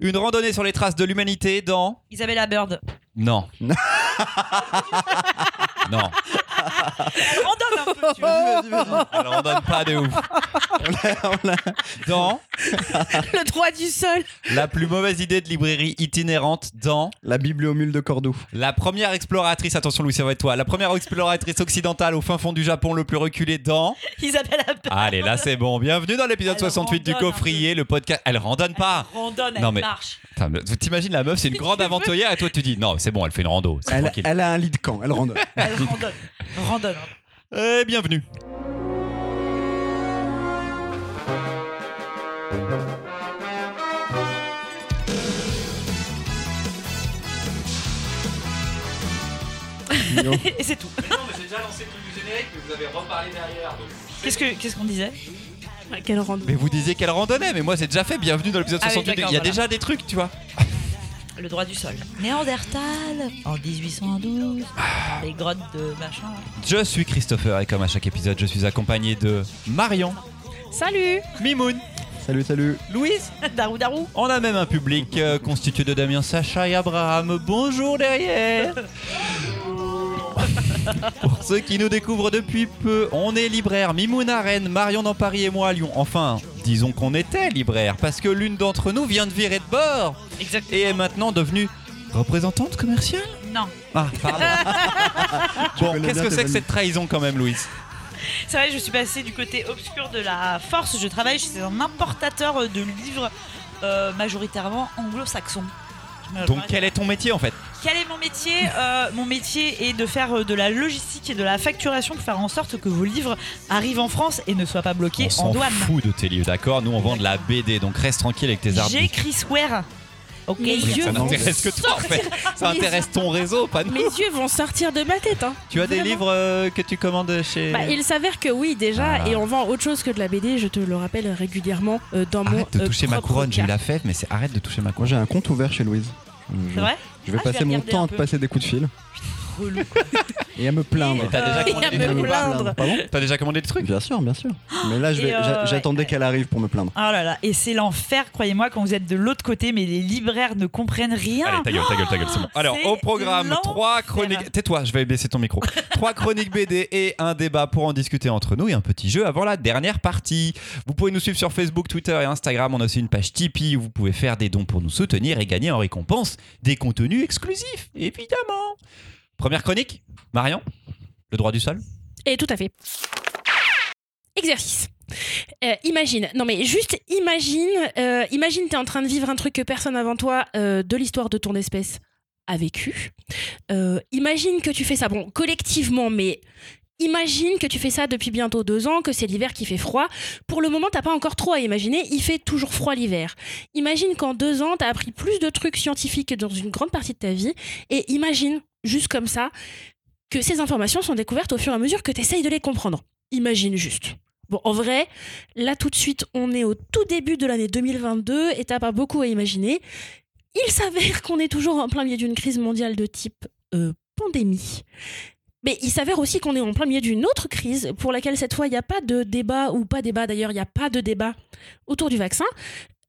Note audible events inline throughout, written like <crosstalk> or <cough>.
Une randonnée sur les traces de l'humanité dans. Isabella Bird. Non. non. On donne <laughs> un peu. tu vois. Vas-y, vas-y, vas-y. Alors on donne pas de ouf. Dans Le droit du sol. la plus mauvaise idée de librairie itinérante dans La bibliomule de Cordoue. la première exploratrice. Attention Louis, ça va être toi. La première exploratrice occidentale au fin fond du Japon le plus reculé dans. Isabella Bird. Allez là c'est bon. Bienvenue dans l'épisode Elle 68 du randonne un Coffrier, le podcast. Elle randonne Ah, pas. On donne, elle Non, mais- marche. Putain, mais T'imagines la meuf, c'est <laughs> une grande aventurière et toi tu dis non c'est bon, elle fait une rando. c'est Elle, tranquille. elle a un lit de camp, elle <laughs> rend. Elle <laughs> randonne. randonne. hein. Et Eh, bienvenue. Et c'est tout. Non mais j'ai déjà lancé tout le générique, mais vous avez reparlé derrière. Qu'est-ce que- qu'est-ce qu'on disait Ah, Quelle randonnée. Mais vous disiez qu'elle randonnait, mais moi c'est déjà fait. Bienvenue dans l'épisode Ah oui, 68. Il y a d'accord, voilà. déjà des trucs, tu vois. Le droit du sol. Néandertal, en 1812, Ah. les grottes de machin. Je suis Christopher et comme à chaque épisode, je suis accompagné de Marion, Salut. Mimoun, Salut, salut. Louise. <laughs> Darou Darou. On a même un public euh, constitué de Damien, Sacha et Abraham. Bonjour <laughs> derrière. Pour ceux qui nous découvrent depuis peu, on est libraire. Mimoun à Rennes, Marion dans Paris et moi à Lyon. Enfin, disons qu'on était libraire parce que l'une d'entre nous vient de virer de bord Exactement. et est maintenant devenue représentante commerciale. Non. Ah, <laughs> pardon. bon, connais qu'est-ce bien que tes c'est que amis. cette trahison quand même, Louise C'est vrai, je suis passée du côté obscur de la force. Je travaille chez un importateur de livres euh, majoritairement anglo-saxons. Je Euh, me- Donc, quel est ton métier en fait Quel est mon métier Euh, Mon métier est de faire euh, de la logistique et de la facturation pour faire en sorte que vos livres arrivent en France et ne soient pas bloqués On en s'en douane. fout de tes livres, d'accord Nous, on vend de la BD, donc reste tranquille avec tes arbres. J'ai Chris Ware. Ok. Mais Oui, Dieu ça vont n'intéresse que toi en <laughs> fait. Ça intéresse ton réseau, pas nous. Mes yeux vont sortir de ma tête. Hein. Tu as des Vraiment. livres euh, que tu commandes chez. Bah, il s'avère que oui, déjà, Voilà. et on vend autre chose que de la BD, je te le rappelle régulièrement euh, dans mon. Arrête de euh, toucher ma propre couronne, j'ai eu cas. la fête, mais c'est arrête de toucher ma Moi, couronne. j'ai un compte ouvert chez Louise. C'est vrai Je vais Ah, je vais passer mon regarder temps un à te peu. passer des coups de fil Relou. et à me plaindre. T'as déjà Euh, commandé il y des a trucs me me plaindre. Pardon T'as déjà commandé des trucs Bien sûr, bien sûr. Mais là, je Et vais- euh, j'a- j'attendais ouais. qu'elle arrive pour me plaindre. Oh là là, et c'est l'enfer, croyez-moi, quand vous êtes de l'autre côté, mais les libraires ne comprennent rien. Oh, Allez, ta gueule, ta gueule, ta gueule, c'est bon. Alors, C'est au programme, l'enfer. trois chroniques. Tais-toi, je vais baisser ton <laughs> micro. trois chroniques BD et un débat pour en discuter entre nous et un petit jeu avant la dernière partie. Vous pouvez nous suivre sur Facebook, Twitter et Instagram. On a aussi une page Tipeee où vous pouvez faire des dons pour nous soutenir et gagner en récompense des contenus exclusifs, évidemment. Première chronique, Marion, le droit du sol. Et tout à fait. Exercice. Euh, imagine, non mais juste imagine, euh, imagine t'es en train de vivre un truc que personne avant toi euh, de l'histoire de ton espèce a vécu. Euh, imagine que tu fais ça, bon, collectivement, mais imagine que tu fais ça depuis bientôt deux ans, que c'est l'hiver qui fait froid. Pour le moment, t'as pas encore trop à imaginer, il fait toujours froid l'hiver. Imagine qu'en deux ans, t'as appris plus de trucs scientifiques que dans une grande partie de ta vie, et imagine, juste comme ça, que ces informations sont découvertes au fur et à mesure que tu essayes de les comprendre. Imagine juste. Bon, en vrai, là tout de suite, on est au tout début de l'année 2022 et t'as pas beaucoup à imaginer. Il s'avère qu'on est toujours en plein milieu d'une crise mondiale de type euh, pandémie. Mais il s'avère aussi qu'on est en plein milieu d'une autre crise pour laquelle cette fois, il n'y a pas de débat ou pas débat. D'ailleurs, il n'y a pas de débat autour du vaccin,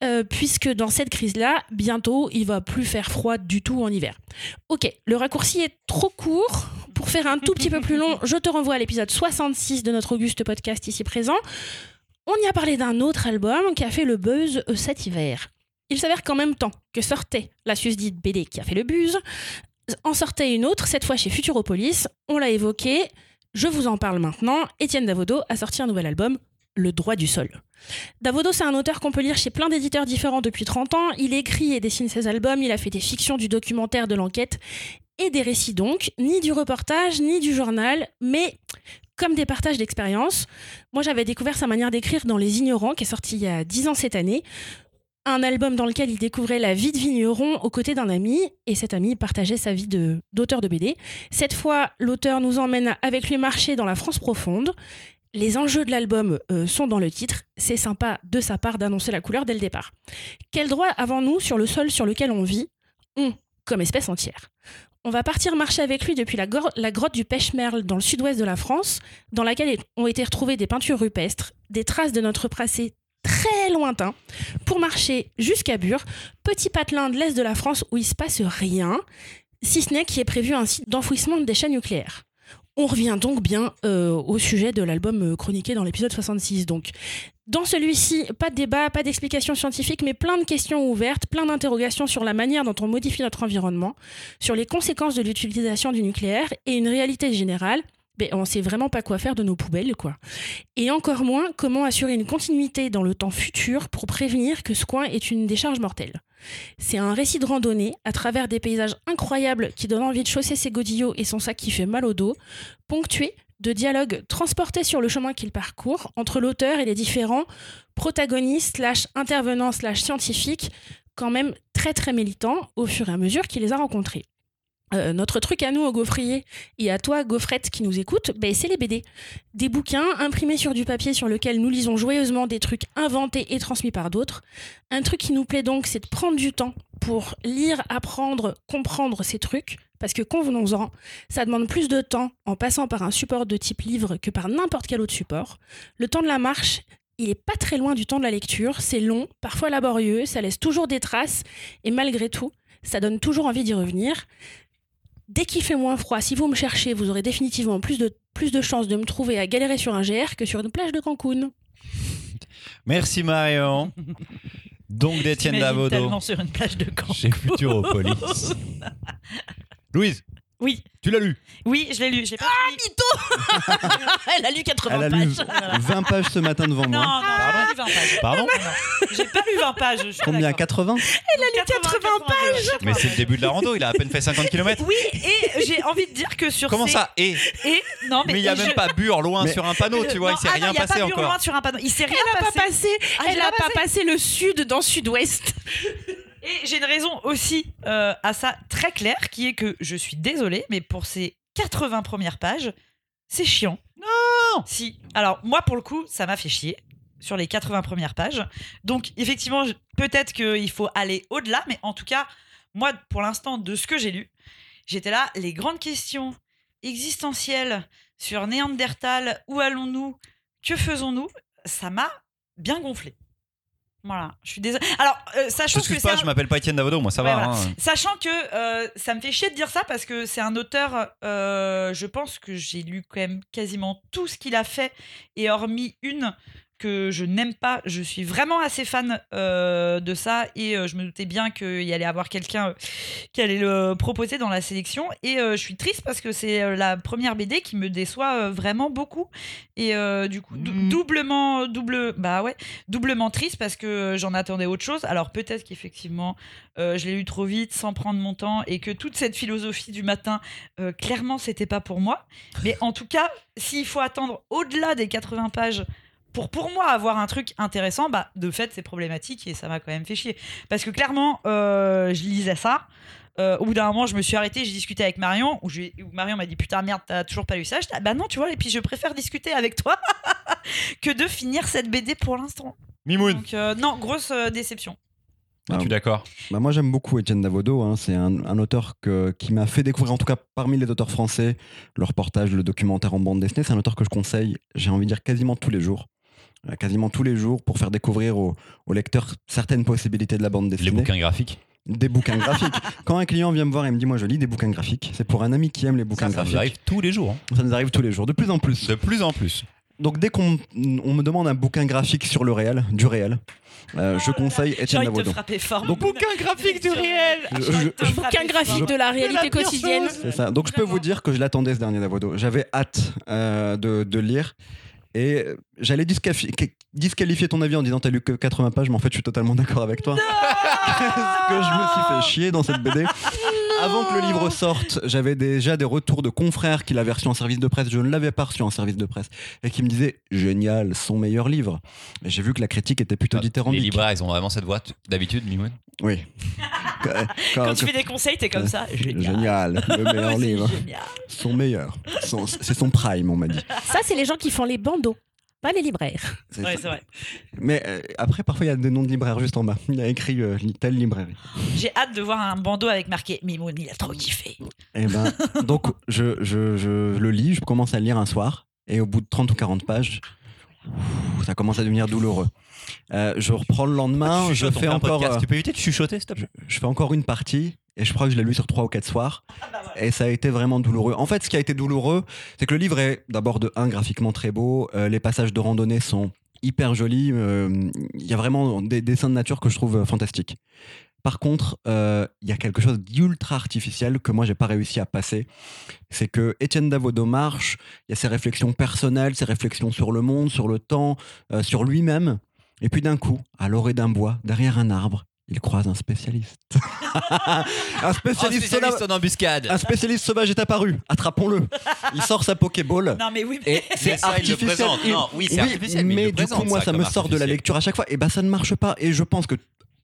euh, puisque dans cette crise-là, bientôt, il va plus faire froid du tout en hiver. Ok, le raccourci est trop court. Pour faire un tout petit peu plus long, je te renvoie à l'épisode 66 de notre auguste podcast ici présent. On y a parlé d'un autre album qui a fait le buzz euh, cet hiver. Il s'avère qu'en même temps que sortait la susdite BD qui a fait le buzz, en sortait une autre, cette fois chez Futuropolis. On l'a évoqué, je vous en parle maintenant. Étienne Davodo a sorti un nouvel album, Le droit du sol. Davodo, c'est un auteur qu'on peut lire chez plein d'éditeurs différents depuis 30 ans. Il écrit et dessine ses albums, il a fait des fictions du documentaire, de l'enquête et des récits donc, ni du reportage, ni du journal, mais comme des partages d'expériences. Moi, j'avais découvert sa manière d'écrire dans Les Ignorants, qui est sorti il y a 10 ans cette année. Un album dans lequel il découvrait la vie de vigneron aux côtés d'un ami, et cet ami partageait sa vie de- d'auteur de, BD. Cette fois, l'auteur nous emmène avec lui marcher dans la France profonde. Les enjeux de l'album euh, sont dans le titre. C'est sympa de sa part d'annoncer la couleur dès le départ. Quel droit avons-nous sur le sol sur lequel on vit, on, comme espèce entière on va partir marcher avec lui depuis la, gor- la grotte du Pêche-Merle dans le sud-ouest de la France, dans laquelle est- ont été retrouvées des peintures rupestres, des traces de notre passé très lointain pour marcher jusqu'à Bure, petit patelin de l'est de la France où il se passe rien, si ce n'est qu'il est prévu un site d'enfouissement de déchets nucléaires. On revient donc bien euh, au sujet de l'album euh, chroniqué dans l'épisode 66. Donc, dans celui-ci, pas de débat, pas d'explication scientifique, mais plein de questions ouvertes, plein d'interrogations sur la manière dont on modifie notre environnement, sur les conséquences de l'utilisation du nucléaire et une réalité générale. Ben, on sait vraiment pas quoi faire de nos poubelles, quoi. Et encore moins, comment assurer une continuité dans le temps futur pour prévenir que ce coin est une décharge mortelle. C'est un récit de randonnée à travers des paysages incroyables qui donnent envie de chausser ses godillots et son sac qui fait mal au dos, ponctué de dialogues transportés sur le chemin qu'il parcourt entre l'auteur et les différents protagonistes, slash intervenants, slash scientifiques, quand même très très militants au fur et à mesure qu'il les a rencontrés. Euh, notre truc à nous, au gaufrier, et à toi, gaufrette, qui nous écoute, ben, c'est les BD. Des bouquins imprimés sur du papier sur lequel nous lisons joyeusement des trucs inventés et transmis par d'autres. Un truc qui nous plaît donc, c'est de prendre du temps pour lire, apprendre, comprendre ces trucs. Parce que convenons-en, ça demande plus de temps en passant par un support de type livre que par n'importe quel autre support. Le temps de la marche, il est pas très loin du temps de la lecture. C'est long, parfois laborieux, ça laisse toujours des traces. Et malgré tout, ça donne toujours envie d'y revenir. Dès qu'il fait moins froid, si vous me cherchez, vous aurez définitivement plus de, plus de chances de me trouver à galérer sur un GR que sur une plage de Cancun. Merci Marion. <laughs> Donc d'Étienne T'imagines Davodo. tellement sur une plage de camp. <laughs> Chez Futuropolis. Louise, Oui, tu l'as lu oui, je l'ai lu. J'ai pas fini. Ah, Elle a lu 80 Elle a lu 20 pages ce matin devant Non, moi. non, j'ai pas lu 20 pages. Pardon Non, non. J'ai pas lu 20 pages. je suis Combien d'accord. 80 Elle a lu 80 pages. Mais c'est le début de la rando, il a à peine fait 50 km. Oui, et j'ai envie de dire que <laughs> sur Comment ces- ça Et et non mais, Mais il n'y a et je- même pas Bure loin Mais- sur un panneau, tu vois, Non, il s'est ah non, rien y a passé pas Bure encore. loin sur un panneau. Il s'est rien Elle a pas passé. passé, Ah, je elle l'ai a pas pas passé le sud dans sud-ouest. <laughs> Et j'ai une raison aussi euh, à ça très claire, qui est que je suis désolée, mais pour ces 80 premières pages, c'est chiant. Non Si. Alors, moi, pour le coup, ça m'a fait chier sur les 80 premières pages. Donc, effectivement, je- peut-être qu'il faut aller au-delà, mais en tout cas, moi, pour l'instant, de ce que j'ai lu, j'étais là, les grandes questions existentielles sur Néandertal, où allons-nous, que faisons-nous, ça m'a bien gonflé. Voilà, je suis désolée. Alors, euh, Je sachant que t'excuse c'est pas, un- je m'appelle pas Étienne Davodo, moi ça Ouais, va. voilà. hein. Sachant que euh, ça me fait chier de dire ça parce que c'est un auteur, euh, je pense que j'ai lu quand même quasiment tout ce qu'il a fait et hormis une que je n'aime pas, je suis vraiment assez fan euh, de ça et euh, je me doutais bien qu'il y allait avoir quelqu'un euh, qui allait le proposer dans la sélection et euh, je suis triste parce que c'est euh, la première BD qui me déçoit euh, vraiment beaucoup et euh, du coup dou- Mm. doublement double bah ouais doublement triste parce que euh, j'en attendais autre chose alors peut-être qu'effectivement euh, je l'ai lu trop vite sans prendre mon temps et que toute cette philosophie du matin, euh, clairement, c'était pas pour moi. Mais en tout cas, s'il faut attendre au-delà des 80 pages pour pour moi avoir un truc intéressant, bah de fait c'est problématique et ça m'a quand même fait chier. Parce que clairement, euh, je lisais ça. euh, au bout d'un moment, je me suis arrêtée, j'ai discuté avec Marion, où, je lui ai- où Marion m'a dit Putain, merde, t'as toujours pas lu ça. Je dis, bah non, tu vois, et puis je préfère discuter avec toi <laughs> que de finir cette BD pour l'instant. Mimoun, Donc, euh, non, grosse euh, déception. es tu Ah, d'accord Bah, moi j'aime beaucoup Etienne Davodo, hein. c'est un, un auteur que- qui m'a fait découvrir, en tout cas parmi les auteurs français, le reportage, le documentaire en bande dessinée, c'est un auteur que je conseille, j'ai envie de dire quasiment tous les jours. Euh, Quasiment tous les jours pour faire découvrir aux au lecteurs certaines possibilités de la bande dessinée. Les bouquins graphiques. Des bouquins graphiques. <laughs> Quand un client vient me voir et me dit moi je lis des bouquins graphiques, c'est pour un ami qui aime les bouquins Ça, ça nous graphiques. arrive tous les jours. hein. Ça nous arrive tous les jours, de plus en plus. De plus en plus. Donc dès qu'on on me demande un bouquin graphique sur le réel, du réel, euh, je conseille J'ai Etienne envie de te Davodo. frapper fort. Donc- bouquin graphique du réel. Je- je- Aucun graphique de la réalité quotidienne. C'est ça. Donc je peux vous dire que je l'attendais ce dernier Davodo. J'avais hâte euh, de, de lire. Et euh, j'allais disqualifi- que- disqualifier ton avis en disant t'as lu que 80 pages, mais en fait je suis totalement d'accord avec toi. Parce que je Ah me suis fait chier dans cette BD. Avant que le livre sorte, j'avais déjà des retours de confrères qui l'avaient reçu en service de presse. Je ne l'avais pas reçu en service de presse. Et qui me disaient génial, son meilleur livre. Et j'ai vu que la critique était plutôt Ah, les dithyrambique. libraires, ils ont vraiment cette voix d'habitude, Mimoun. <laughs> Oui. Quand- Quand quand- tu fais des conseils, t'es comme ça. Génial. Génial, <laughs> le <laughs> meilleur C'est livre. génial. Son meilleur. Son- C'est son prime, on m'a dit. Ça, c'est les gens qui font les bandeaux, pas les libraires. C'est- Ouais, c'est vrai. Mais euh, après, parfois, il y a des noms de libraires juste en bas. Il y a écrit euh, telle librairie. J'ai hâte de voir un bandeau avec marqué Mimoun, il a trop kiffé. Et <laughs> ben, donc, je, je- je le lis, je commence à le lire un soir. Et au bout de 30 ou 40 pages, Ouh, Ça commence à devenir douloureux. Euh, je reprends le lendemain, je fais encore, euh, Tu peux éviter de chuchoter, s'il te plaît je fais encore une partie et je crois que je l'ai lu sur trois ou quatre soirs et ça a été vraiment douloureux. En fait, ce qui a été douloureux, c'est que le livre est d'abord de un graphiquement très beau, euh, les passages de randonnée sont hyper jolis, euh, il y a vraiment des dessins de nature que je trouve euh, fantastiques. Par contre, euh, il y a quelque chose d'ultra artificiel que moi j'ai pas réussi à passer, c'est que Étienne Davodo marche, il y a ses réflexions personnelles, ses réflexions sur le monde, sur le temps, euh, sur lui-même, et puis d'un coup, à l'orée d'un bois, derrière un arbre, il croise un spécialiste. <laughs> un spécialiste, Oh, sola- en embuscade. un spécialiste sauvage est apparu. Attrapons-le. Il sort sa Pokéball. Non, mais oui, mais Et c'est ça, il le artificiel. présente. Non, oui, c'est artificiel, mais Mais, il le du coup, présente, moi, ça, ça, me comme sort de la artificiel. lecture à chaque fois. Et bah, ça ne marche pas. Et je pense que,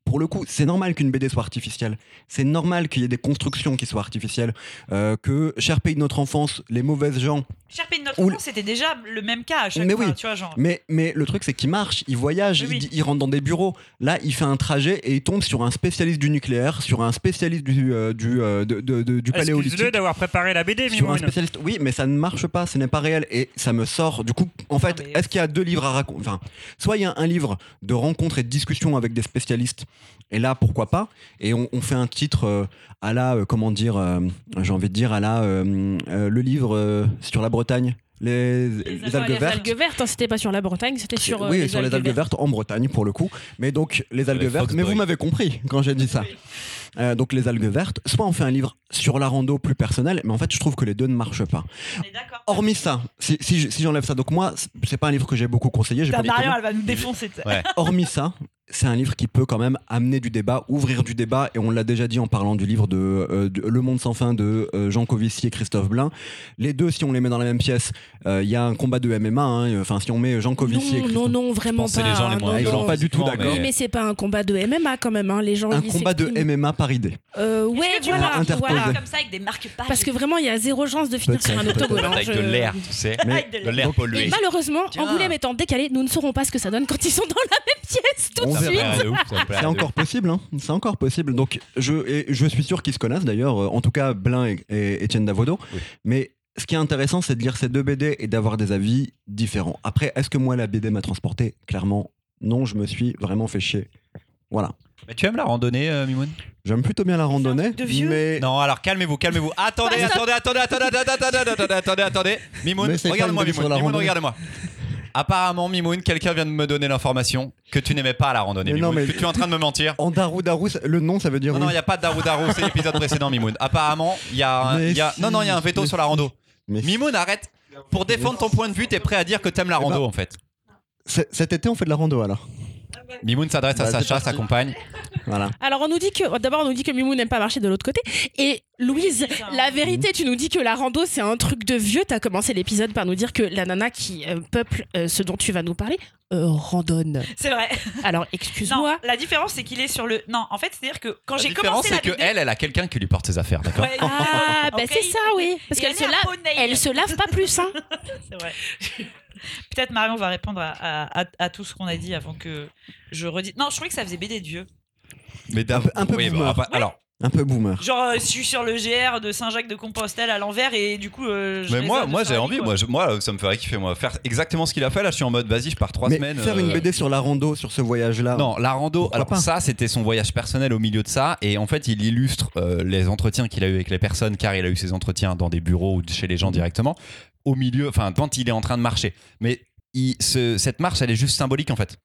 pour le coup, c'est normal qu'une BD soit artificielle. C'est normal qu'il y ait des constructions qui soient artificielles. Euh, que, cher pays de notre enfance, les mauvaises gens. Sharpie de notre Oul. enfant, c'était déjà le même cas à chaque Mais fois, oui. tu vois, genre. Mais, mais le truc, c'est qu'il marche, il voyage, Oui, il, oui. il rentre dans des bureaux. Là, il fait un trajet et il tombe sur un spécialiste du nucléaire, sur un spécialiste du, euh, du, euh, de- de- de- du paléolithique. Excuse-le d'avoir préparé la BD, sur un Mimoun. spécialiste. Oui, mais ça ne marche pas, ce n'est pas réel et ça me sort. Du coup, en fait, Ah, mais- est-ce qu'il y a deux livres à raconter Enfin, soit il y a un livre de rencontres et de discussions avec des spécialistes, et là, pourquoi pas Et on, on fait un titre euh, à la, euh, comment dire, euh, j'ai envie de dire, à la, euh, euh, le livre euh, sur la Bretagne, les, les Les algues vertes. algues vertes, hein, c'était pas sur la Bretagne, c'était sur. euh, oui, sur les algues vertes. vertes en Bretagne pour le coup. Mais donc les algues Fox vertes. Mais Boy. vous m'avez compris quand j'ai dit ça. Euh, donc les algues vertes. Soit on fait un livre sur la rando plus personnel, mais en fait je trouve que les deux ne marchent pas. On est d'accord. Hormis ça, si, si je- si j'enlève ça, donc moi, c'est- c'est pas un livre que j'ai beaucoup conseillé. j'ai Ta pas dit que Bah, Marion, non. elle va nous défoncer. t'sais. Ouais. Hormis ça, c'est un livre qui peut quand même amener du débat, ouvrir du débat, et on l'a déjà dit en parlant du livre de, euh, de Le Monde sans fin de euh, Jean Covici et Christophe Blain. Les deux, si on les met dans la même pièce, euh, il y a un combat de MMA. hein. Enfin, si on met Jean Covici et Non, Christophe non, non, vraiment pense que pas. c'est les gens les hein, moins non, ils violents sont non. pas du tout physiquement, d'accord. mais- Mais c'est pas un combat de MMA quand même, hein, les gens. un ils combat de s'expriment. MMA par <laughs> idée. Euh, Est-ce ouais, que tu voilà, vois, interposé. voilà. Comme ça, avec des marque-pages. Parce que vraiment, il y a zéro chance de finir sur un Peut-être, octogone. hein, Avec je- de l'air, tu sais. Mais Ah, de De l'air Et pollué. malheureusement, Tiens. Angoulême étant décalé, nous ne saurons pas ce que ça donne quand ils sont dans la même pièce tout On de Ça me suite. paraît de ouf, ça me paraît c'est de ouf. encore possible, hein. c'est encore possible. Donc je, et je suis sûr qu'ils se connaissent d'ailleurs, euh, en tout cas Blin et- et Étienne Davodo. Oui. Mais ce qui est intéressant, c'est de lire ces deux BD et d'avoir des avis différents. Après, est-ce que moi la BD m'a transporté Clairement, non, je me suis vraiment fait chier. Voilà. Mais tu aimes la randonnée, euh, Mimoun J'aime plutôt bien la randonnée, truc de vieux. mais Non, alors calmez-vous, calmez-vous. Bah, Attendez, attendez, attendez, attendez, attendez, attendez, attendez, attendez, attendez. Mimoun, Mais c'est pas regarde-moi, une blague sur Mimoun, la Mimoun, randonnée. regarde-moi. Apparemment, Mimoun, quelqu'un vient de me donner l'information que tu n'aimais pas la randonnée, Mais non, Mimoun, mais- que tu es en train de me mentir. en Daru Daru, ça- le nom, ça veut dire Non, non, il oui. n'y a pas de Daru Daru, c'est l'épisode précédent, Mimoun. Apparemment, il y a, un- Mais il y a- si, Non, non, il y a un veto mais sur la si. rando. Mais Mimoun, arrête. Pour défendre ton point de vue, t'es prêt à dire que t'aimes la Eh ben- rando, en fait. c- cet été, on fait de la rando alors. Mimoun s'adresse à Bah, c'est Sacha, parti. sa compagne. Voilà. Alors on nous dit que d'abord on nous dit que Mimou n'aime pas marcher de l'autre côté et Louise Oui, c'est ça. la vérité tu nous dis que la rando c'est un truc de vieux t'as commencé l'épisode par nous dire que la nana qui euh, peuple euh, ce dont tu vas nous parler euh, randonne C'est vrai. alors Non, excuse-moi la différence, c'est qu'il est sur le. Non, en fait, c'est-à-dire que quand La j'ai différence, commencé la c'est que BD, elle, elle a quelqu'un qui lui porte ses affaires, d'accord Ouais, ah bah Ok. c'est ça oui parce Et qu'elle elle se est à lave Poney. elle se lave pas plus hein C'est vrai. <laughs> Peut-être Marion va répondre à, à- à- à tout ce qu'on a dit avant que je redis. Non, je trouvais que ça faisait BD de vieux. Mais Un peu- un peu oui, bon, boomer. après- alors, Un peu boomer. Genre, euh, je suis sur le GR de Saint-Jacques de Compostelle à l'envers et du coup. euh, je Mais moi, raisonne moi sur j'ai la vie, envie, quoi. moi, je- moi ça me ferait kiffer, moi. Faire exactement ce qu'il a fait, là je suis en mode vas-y, je pars trois mais semaines. faire euh, une BD sur la rando, sur ce voyage-là. Non, la rando, Pourquoi alors pas ça c'était son voyage personnel au milieu de ça, et en fait il illustre euh, les entretiens qu'il a eu avec les personnes, car il a eu ses entretiens dans des bureaux ou chez les Mmh. gens directement, au milieu, enfin quand il est en train de marcher. Mais il- ce- cette marche elle est juste symbolique en fait.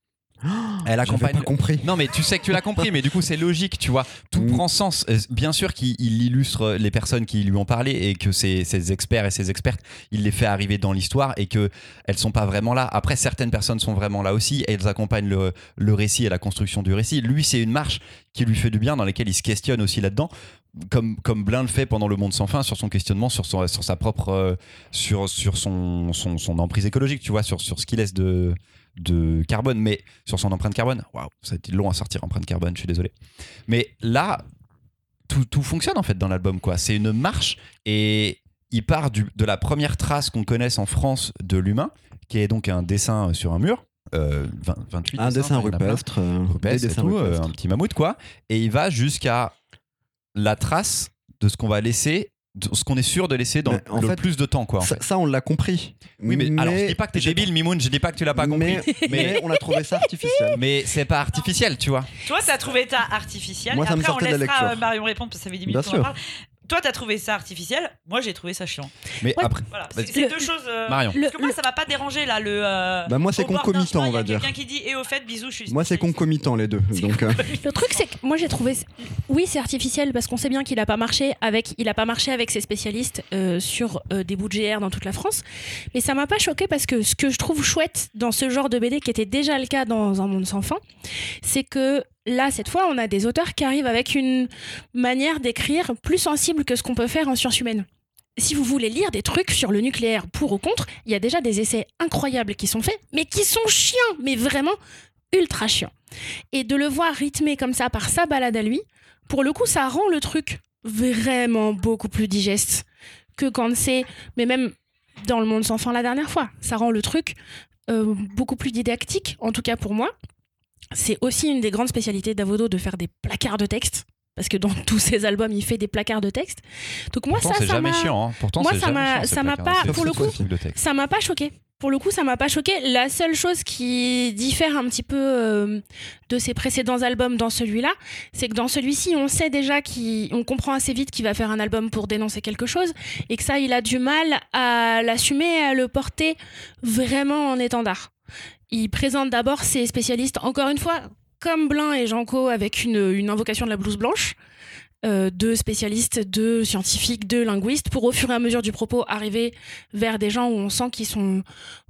Elle Oh, J'avais accompagne pas compris. non, mais tu sais que tu l'as compris, mais du coup, c'est logique, tu vois. Tout Mm. prend sens. Euh, Bien sûr qu'il il illustre les personnes qui lui ont parlé et que ses, ses experts et ses expertes, il les fait arriver dans l'histoire et que elles sont pas vraiment là. Après, certaines personnes sont vraiment là aussi. Elles accompagnent le, le récit et la construction du récit. Lui, c'est une marche qui lui fait du bien, dans laquelle il se questionne aussi là-dedans. Comme, comme Blin le fait pendant Le Monde sans fin, sur son questionnement, sur, son, sur sa propre. euh, sur, sur son, son, son emprise écologique, tu vois, sur, sur ce qu'il laisse de, de carbone, mais sur son empreinte carbone. Waouh, ça a été long à sortir empreinte carbone, je suis désolé. Mais là, tout, tout fonctionne en fait dans l'album, quoi. C'est une marche et il part du- de la première trace qu'on connaisse en France de l'humain, qui est donc un dessin sur un mur, euh, 20 28 Un dessins, dessin enfin, il y en a plein rupestre. euh, pèse des et dessins tout, rupestres. euh, un petit mammouth quoi. Et il va jusqu'à la trace de ce qu'on va laisser de- ce qu'on est sûr de laisser dans Mais en le fait, plus de temps, quoi. en ça, fait. ça, on l'a compris. Oui, mais, alors je dis pas que t'es j'ai- débile, Mimoun, je dis pas que tu l'as pas compris. mais- mais on a trouvé <laughs> ça artificiel. Mais c'est pas artificiel, tu vois. Toi, t'as trouvé ça artificiel. Moi, ça me Après, on sortait de la laissera lecture. euh, Marion répondre parce que ça fait 10 Bien minutes qu'on en sûr. parle. Toi, t'as trouvé ça artificiel. Moi, j'ai trouvé ça chiant. Mais Ouais. après, Voilà. Vas-y. C'est c'est Le- deux choses. euh, Marion. Le- Parce que moi, ça m'a pas dérangé là. Le. euh, Bah, moi, c'est au bord d'un concomitant, chemin, on va il y a dire. Quelqu'un qui dit et au fait, bisous, je suis. Moi, c'est spécialiste. concomitant les deux. C'est Donc, euh, Le truc, c'est que moi j'ai trouvé. Oui, c'est artificiel parce qu'on sait bien qu'il a pas marché avec. Il a pas marché avec ses spécialistes euh, sur euh, des bouts de GR dans toute la France. Mais ça m'a pas choqué parce que ce que je trouve chouette dans ce genre de BD qui était déjà le cas dans Un monde sans fin, c'est que là cette fois on a des auteurs qui arrivent avec une manière d'écrire plus sensible que ce qu'on peut faire en sciences humaines. Si vous voulez lire des trucs sur le nucléaire pour ou contre, il y a déjà des essais incroyables qui sont faits, mais qui sont chiants, mais vraiment ultra chiants et de le voir rythmé comme ça par sa balade à lui, pour le coup, ça rend le truc vraiment beaucoup plus digeste que quand c'est. Mais même dans Le Monde sans fin la dernière fois, ça rend le truc euh, beaucoup plus didactique, en tout cas pour moi. C'est aussi une des grandes spécialités d'Avodo de faire des placards de texte, parce que dans <laughs> tous ses albums, il fait des placards de texte. Donc moi, pourtant ça, c'est ça jamais m'a. chiant. hein. Pourtant, moi, c'est ça jamais m'a- chiant, ces ça m'a placards, pas- hein. pour le C'est- coup- c'est de texte. Ça m'a pas choqué. Pour le coup, ça m'a pas choqué. La seule chose qui diffère un petit peu euh, de ses précédents albums dans celui-là, c'est que dans celui-ci, on sait déjà qu'il, on comprend assez vite qu'il va faire un album pour dénoncer quelque chose et que ça, il a du mal à l'assumer, et à le porter vraiment en étendard. Il présente d'abord ses spécialistes, encore une fois, comme Blin et Janco, avec une, une invocation de la blouse blanche. euh, de spécialistes, de scientifiques, de linguistes, pour au fur et à mesure du propos arriver vers des gens où on sent qu'ils sont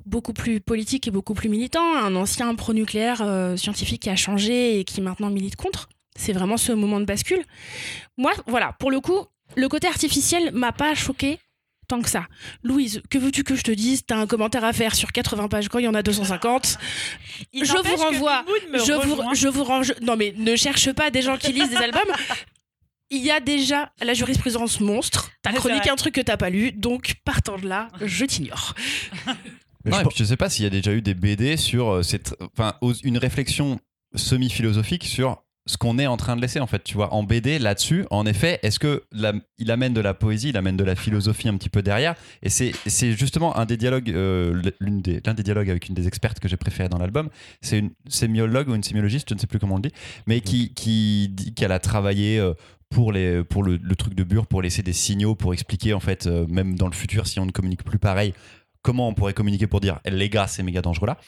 beaucoup plus politiques et beaucoup plus militants. Un ancien pro-nucléaire euh, scientifique qui a changé et qui maintenant milite contre. C'est vraiment ce moment de bascule. Moi, voilà, pour le coup, le côté artificiel m'a pas choqué tant que ça. Louise, que veux-tu que je te dise T'as un commentaire à faire sur 80 pages quand il y en a Ah, 250. <laughs> Il Je vous n'empêche que renvoie. Mimoun me Je vous, rejoint. je vous range. Non mais ne cherche pas des gens qui lisent des albums. <laughs> Il y a déjà la jurisprudence monstre. T'as C'est chroniqué vrai. un truc que t'as pas lu, donc partant de là, je t'ignore. mais non, je et pense- puis je sais pas s'il y a déjà eu des BD sur euh, cette, enfin, aux- une réflexion semi-philosophique sur ce qu'on est en train de laisser en fait, tu vois, en BD là-dessus, en effet, est-ce que la- il amène de la poésie, il amène de la philosophie un petit peu derrière, et c'est c'est justement un des dialogues, euh, l'une des l'un des dialogues avec une des expertes que j'ai préférée dans l'album, c'est une sémiologue ou une sémiologiste, je ne sais plus comment on le dit, mais qui qui dit qu'elle a travaillé euh, pour, les, pour le, le truc de Bure, pour laisser des signaux, pour expliquer, en fait, euh, même dans le futur, si on ne communique plus pareil, comment on pourrait communiquer pour dire, les gars, c'est méga dangereux là.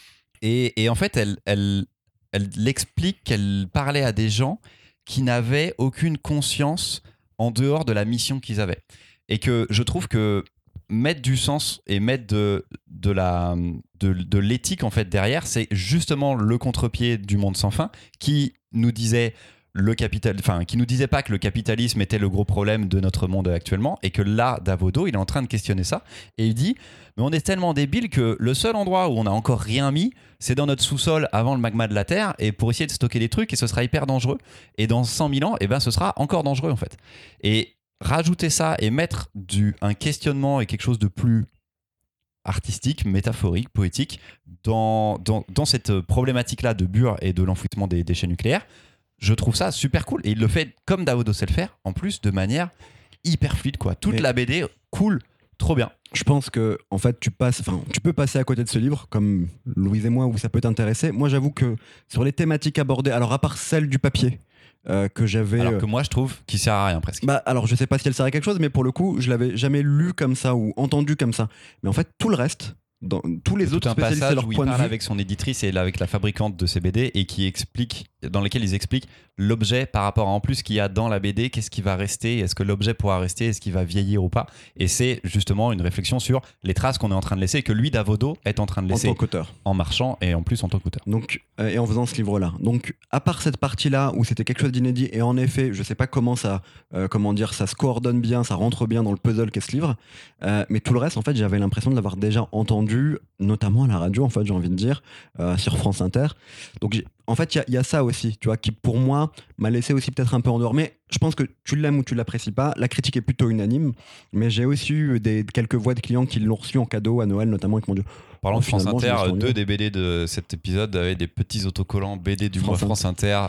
Et, et en fait, elle, elle, elle l'explique qu'elle parlait à des gens qui n'avaient aucune conscience en dehors de la mission qu'ils avaient. Et que je trouve que mettre du sens et mettre de, de la de, de l'éthique en fait derrière c'est justement le contre-pied du monde sans fin qui nous disait le capital, enfin, qui nous disait pas que le capitalisme était le gros problème de notre monde actuellement, et que là, Davodo, il est en train de questionner ça, et il dit, mais on est tellement débile que le seul endroit où on n'a encore rien mis, c'est dans notre sous-sol avant le magma de la Terre, et pour essayer de stocker des trucs, et ce sera hyper dangereux, et dans 100 000 ans, et ben, ce sera encore dangereux, en fait. Et rajouter ça et mettre du, un questionnement et quelque chose de plus artistique, métaphorique, poétique, dans, dans, dans cette problématique-là de Bure et de l'enfouissement des déchets nucléaires, je trouve ça super cool. Et il le fait comme Daoud sait le faire, en plus de manière hyper fluide, quoi. Toute Mais- la BD, cool, trop bien. je pense que en fait tu passes enfin tu peux passer à côté de ce livre comme Louise et moi où ça peut t'intéresser moi j'avoue que sur les thématiques abordées alors à part celle du papier euh, que j'avais Alors euh, que moi, je trouve qu'il sert à rien presque. bah alors je sais pas si elle sert à quelque chose mais pour le coup je l'avais jamais lu comme ça ou entendu comme ça mais en fait tout le reste dans tous les Tout autres un spécialistes et passage leur où il point de parle vue avec son éditrice et avec la fabricante de ces BD et qui explique, dans lequel ils expliquent l'objet par rapport à en plus qu'il y a dans la BD, qu'est-ce qui va rester, est-ce que l'objet pourra rester, est-ce qu'il va vieillir ou pas. Et c'est justement une réflexion sur les traces qu'on est en train de laisser et que lui, Davodo, est en train de en laisser tant en, qu'auteur marchant et en plus en tant qu'auteur. Donc, euh, et en faisant ce livre-là. Donc, à part cette partie-là où c'était quelque chose d'inédit, et en effet, je sais pas comment ça, euh, comment dire, ça se coordonne bien, ça rentre bien dans le puzzle qu'est ce livre, euh, mais tout le reste, en fait, j'avais l'impression de l'avoir déjà entendu, notamment à la radio, en fait, j'ai envie de dire, euh, sur France Inter. Donc, j'ai- en fait, il y a- il y, a ça aussi, tu vois, qui pour moi m'a laissé aussi peut-être un peu endormi. Je pense que tu l'aimes ou tu l'apprécies pas. La critique est plutôt unanime, mais j'ai aussi eu des, quelques voix de clients qui l'ont reçu en cadeau à Noël, notamment, et qui m'ont dit Parlant de France Finalement, je me Inter, suis rendu deux compte. des BD de cet épisode avaient des petits autocollants BD du mois France France Inter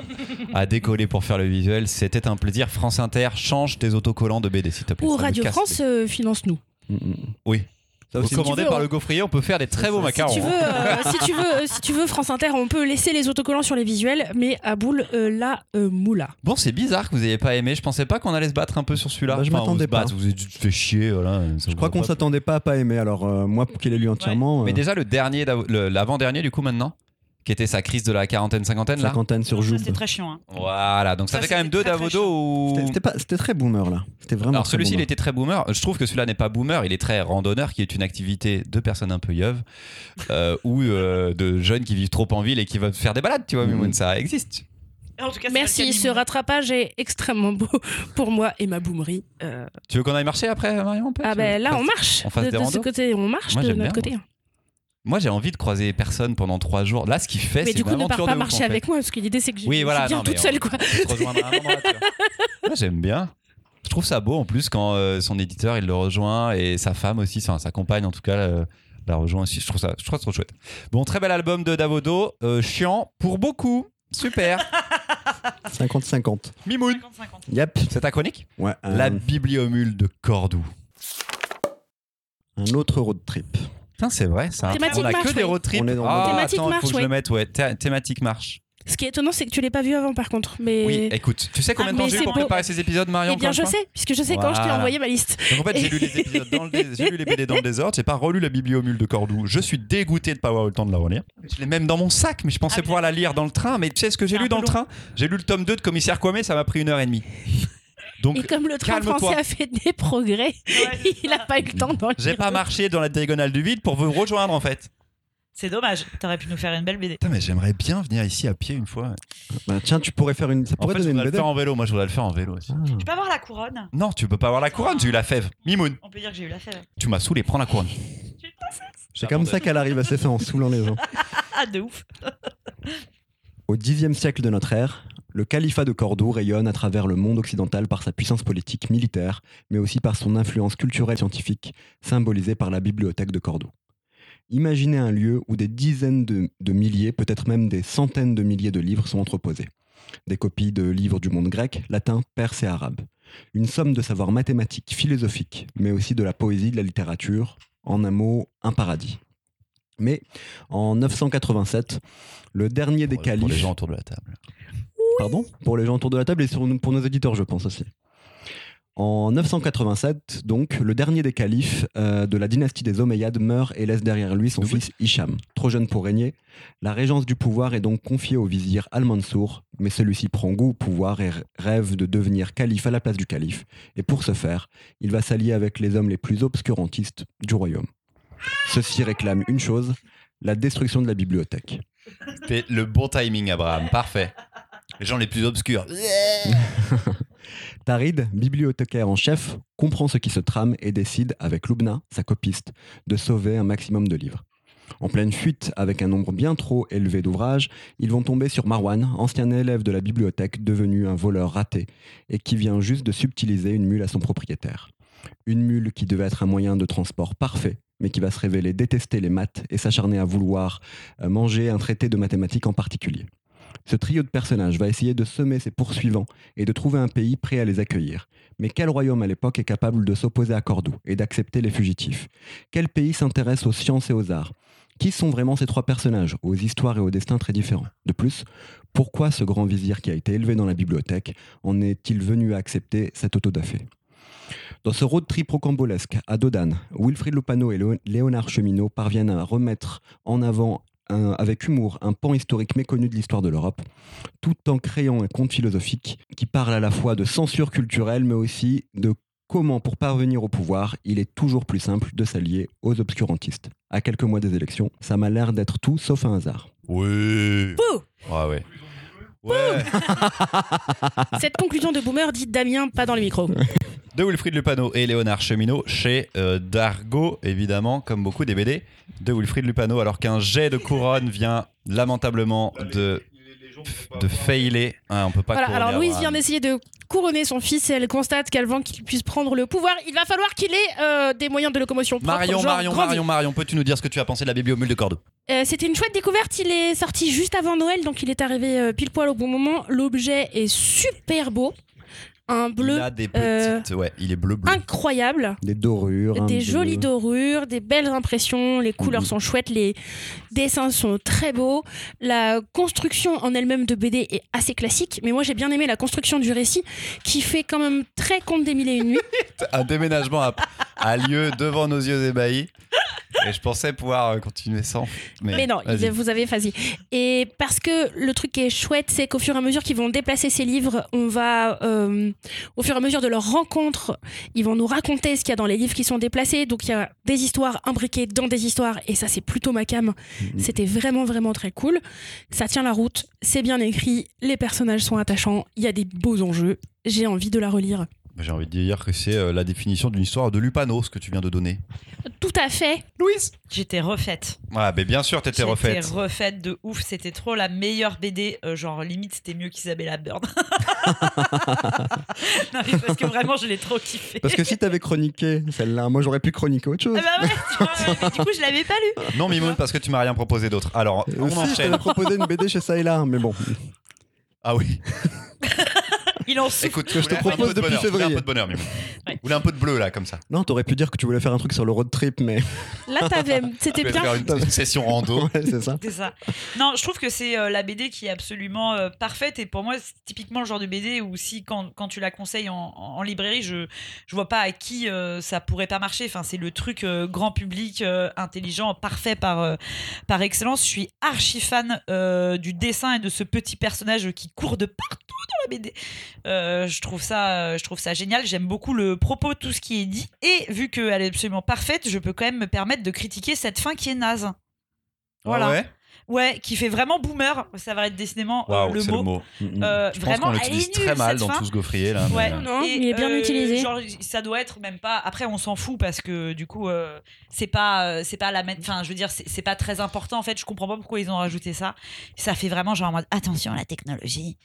à décoller pour faire le visuel. C'était un plaisir. France Inter, change tes autocollants de BD, s'il te plaît. Ou Ça me Radio casse France, euh, finance-nous. Mm, mm. Oui. Ça les- aussi, hein. Recommandé Si tu veux, par on- le gaufrier, on peut faire des très beaux Si macarons. Si tu, hein. veux, euh, <laughs> si, tu veux, si tu veux, France Inter, on peut laisser les autocollants sur les visuels, mais à boule, euh, la euh, moula. Bon, c'est bizarre que vous n'ayez pas aimé. Je pensais pas qu'on allait se battre un peu sur celui-là. Bah, je Enfin, on m'attendais se bat, pas. Vous êtes fait chier, voilà. Je crois qu'on s'attendait pas à pas aimer, alors euh, moi, pour qu'il ait lu entièrement, Mais euh, déjà, le dernier, d'av- le- l'avant-dernier, du coup, maintenant, qui était sa crise de la quarantaine, cinquantaine, là. cinquantaine sur Ça, Joub. C'est très chiant. hein. Voilà, donc ça, Ça, fait quand même c'était deux très, très d'Avodo où. C'était- C'était pas- c'était très boomer là. C'était vraiment. Alors très hein. celui-ci, il boomer. était très boomer. Je trouve que celui-là n'est pas boomer, il est très randonneur, qui est une activité de personnes un peu yeuves <laughs> euh, ou euh, de jeunes qui vivent trop en ville et qui veulent faire des balades, tu vois, Mhm. Mimoun, ça existe. En tout cas, c'est pas Merci, le cas ce du- rattrapage est extrêmement beau pour moi et ma boomerie. euh. Tu veux qu'on aille marcher après, Marion un peu Ah Tu veux ben là, qu'on on fasse- marche. on fasse de, des de ce randos côté, on marche Moi, de j'aime notre bien, côté. Moi, j'ai envie de croiser personne pendant trois jours. Là, ce qui fait, Mais Eh, c'est du coup, une ne pars aventure pas de ouf, en marcher fait. avec moi, parce que l'idée, c'est que je Oui, je voilà, viens non, mais toute seule, on- quoi. <laughs> on se rejoint à un endroit, tu vois. Moi, j'aime bien. Je trouve ça beau en plus quand euh, son éditeur il le rejoint et sa femme aussi, enfin, sa compagne en tout cas, euh, la rejoint aussi. Je trouve ça, je trouve ça trop chouette. Bon, très bel album de Davodo, euh, chiant pour beaucoup. Super. 50-50. Mimoun. 50-50. Yep. C'est ta chronique Ouais, un, La bibliomule de Cordoue. un autre road trip. Putain, c'est vrai ça. Thématique on a marche, que des oui. road trips. On est dans le Ah, mode- Thématique attends, marche, faut que je oui. le mette, ouais. Thé- Thématique marche. Ce qui est étonnant, c'est que tu l'as pas vu avant, par contre. Mais... Oui, écoute. Tu sais combien de Ah, mais temps j'ai eu c'est pour beau. préparer ces épisodes, Marion Eh bien, encore je une fois sais, puisque je sais quand je t'ai Voilà. envoyé ma liste. Donc en fait, j'ai lu les épisodes dans le dés- j'ai lu les BD dans le désordre, j'ai pas relu la bibliomule de Cordoue. Je suis dégoûté de pas avoir eu le temps de la relire. Je l'ai même dans mon sac, mais je pensais Ah, mais- pouvoir la lire dans le train. Mais tu sais ce que j'ai C'est un lu peu dans le long. train J'ai lu le tome 2 de Commissaire Kwame, ça m'a pris une heure et demie. Et Donc comme le train calme-toi. français a fait des progrès, <laughs> Ouais, <laughs> c'est il ça. a pas eu le temps d'en j'ai lire. pas marché dans la diagonale du vide pour vous rejoindre en fait. C'est dommage. T'aurais pu nous faire une belle BD. Putain, mais j'aimerais bien venir ici à pied une fois. Bah, tiens, tu pourrais faire une. Ça En pourrait fait, je donner voudrais une le BD. faire en vélo. Moi, je voudrais le faire en vélo aussi. Ah. Je peux avoir la couronne Non, tu peux pas avoir la couronne, j'ai eu la fève. Mimoun, On peut dire que j'ai eu la fève. tu m'as saoulé, prends la couronne. C'est comme ça qu'elle arrive à ses fins en saoulant les gens. Ah, de ouf. Au Xe siècle de notre ère, le califat de Cordoue rayonne à travers le monde occidental par sa puissance politique militaire, mais aussi par son influence culturelle et scientifique, symbolisée par la bibliothèque de Cordoue. Imaginez un lieu où des dizaines de, de milliers, peut-être même des centaines de milliers de livres sont entreposés. Des copies de livres du monde grec, latin, perse et arabe. Une somme de savoirs mathématiques, philosophiques, mais aussi de la poésie, de la littérature, en un mot, un paradis. Mais en 987, le dernier des Pour- pour les califes... gens autour de la table. Pardon Pour les gens autour de la table et sur- pour nos auditeurs, je pense aussi. En 987, donc, le dernier des califes euh, de la dynastie des Omeyyades meurt et laisse derrière lui son Oui. fils Hicham, trop jeune pour régner. La régence du pouvoir est donc confiée au vizir Al-Mansour, mais celui-ci prend goût au pouvoir et r- rêve de devenir calife à la place du calife. Et pour ce faire, il va s'allier avec les hommes les plus obscurantistes du royaume. Ceux-ci réclament une chose, la destruction de la bibliothèque. C'était le bon timing, Abraham. Parfait. Les gens les plus obscurs. Tarid, bibliothécaire en chef, comprend ce qui se trame et décide, avec Lubna, sa copiste, de sauver un maximum de livres. En pleine fuite, avec un nombre bien trop élevé d'ouvrages, ils vont tomber sur Marwan, ancien élève de la bibliothèque devenu un voleur raté et qui vient juste de subtiliser une mule à son propriétaire. Une mule qui devait être un moyen de transport parfait, mais qui va se révéler détester les maths et s'acharner à vouloir euh, manger un traité de mathématiques en particulier. Ce trio de personnages va essayer de semer ses poursuivants et de trouver un pays prêt à les accueillir. Mais quel royaume à l'époque est capable de s'opposer à Cordoue et d'accepter les fugitifs Quel pays s'intéresse aux sciences et aux arts Qui sont vraiment ces trois personnages, aux histoires et aux destins très différents De plus, pourquoi ce grand vizir qui a été élevé dans la bibliothèque en est-il venu à accepter cet autodafé dans ce road trip rocambolesque à Dodane, Wilfried Lupano et Léo- Léonard Cheminot parviennent à remettre en avant un- avec humour un pan historique méconnu de l'histoire de l'Europe tout en créant un conte philosophique qui parle à la fois de censure culturelle, mais aussi de comment, pour parvenir au pouvoir, il est toujours plus simple de s'allier aux obscurantistes. À quelques mois des élections, ça m'a l'air d'être tout sauf un hasard. Oui. Pouh Ouais, ouais. Ouais. Cette conclusion de boomer dit Damien, pas dans les micros. De Wilfried Lupano et Léonard Cheminot chez euh, Dargo, évidemment, comme beaucoup des BD de Wilfried Lupano, alors qu'un jet de couronne vient lamentablement de de failer. Hein, on peut pas Voilà, couronner alors Louise vient Abraham. d'essayer de couronner son fils et elle constate qu'avant qu'il puisse prendre le pouvoir, il va falloir qu'il ait euh, des moyens de locomotion propres. Marion, genre Marion, grandi. Marion, Marion, peux-tu nous dire ce que tu as pensé de la bibliomule de Cordoue Euh, C'était une chouette découverte, il est sorti juste avant Noël, donc il est arrivé euh, pile poil au bon moment. L'objet est super beau, un bleu Il a des euh, petites. Ouais, il est bleu bleu. incroyable. Des dorures. un Des peu. jolies dorures, des belles impressions, les couleurs sont chouettes, les dessins sont très beaux. La construction en elle-même de BD est assez classique, mais moi j'ai bien aimé la construction du récit qui fait quand même très conte des mille et une nuits. Un déménagement a, a lieu devant nos yeux ébahis. Et je pensais pouvoir euh, continuer sans. Mais, Mais non, vas-y. ils- vous avez failli. Et parce que le truc qui est chouette, c'est qu'au fur et à mesure qu'ils vont déplacer ces livres, on va, euh, au fur et à mesure de leur rencontre, ils vont nous raconter ce qu'il y a dans les livres qui sont déplacés. Donc il y a des histoires imbriquées dans des histoires, et ça c'est plutôt ma cam. Mm-hmm. Mhm. C'était vraiment vraiment très cool. Ça tient la route, c'est bien écrit, les personnages sont attachants, il y a des beaux enjeux. J'ai envie de la relire. J'ai envie de dire que c'est euh, la définition d'une histoire de Lupano, ce que tu viens de donner. Tout à fait. Louise J'étais refaite. Ah, mais bien sûr, t'étais refaite. J'étais refaite de ouf. C'était trop la meilleure BD. euh, genre, limite, c'était mieux qu'Isabella <laughs> Bird. non, mais parce que vraiment, je l'ai trop kiffé. Parce que si t'avais chroniqué celle-là, moi j'aurais pu chroniquer autre chose. Ah bah ouais, tu vois, mais du coup, je l'avais pas lu. Non, Mimoun, parce que tu m'as rien proposé d'autre. Alors, on Aussi, Euh, je enchaîne. t'avais proposé une BD chez ça et là, mais bon. Ah oui. Il en souffre. Écoute, Que je te voulais un peu propose de depuis bonheur, je voulais février. Un peu de bonheur, Mimoun. <laughs> Ouais. Vous voulez un peu de bleu, là, comme ça. Non, t'aurais pu dire que tu voulais faire un truc sur le road trip, mais <laughs> Là t'avais, c'était Je vais faire bien. une, une session rando. <laughs> ouais, c'est ça. C'est ça. Non, je trouve que c'est euh, la BD qui est absolument euh, parfaite. Et pour moi, c'est typiquement le genre de BD où, si quand, quand tu la conseilles en, en- en librairie, je, je vois pas à qui euh, ça pourrait pas marcher. Enfin, c'est le truc euh, grand public, euh, intelligent, parfait par, euh, par excellence. Je suis archi fan euh, du dessin et de ce petit personnage qui court de partout dans la BD. Euh, je, trouve ça, euh, je trouve ça génial. J'aime beaucoup le propos, tout ce qui est dit. Et vu qu'elle est absolument parfaite, je peux quand même me permettre de critiquer cette fin qui est naze. Voilà. Ah ouais Ouais, qui fait vraiment boomer. Ça va être décidément euh, Waouh, le c'est le mot. mot. Euh, Je pense vraiment, qu'on elle l'utilise est nulle, très mal cette dans fin. tout ce gaufrier, là. mais, Ouais. euh, Non, il est bien utilisé. Genre, ça doit être même pas. Après, on s'en fout parce que du coup, euh, c'est pas, euh, c'est pas la même. Enfin, je veux dire, c'est c'est pas très important. En fait, je comprends pas pourquoi ils ont rajouté ça. Ça fait vraiment genre en mode attention à la technologie.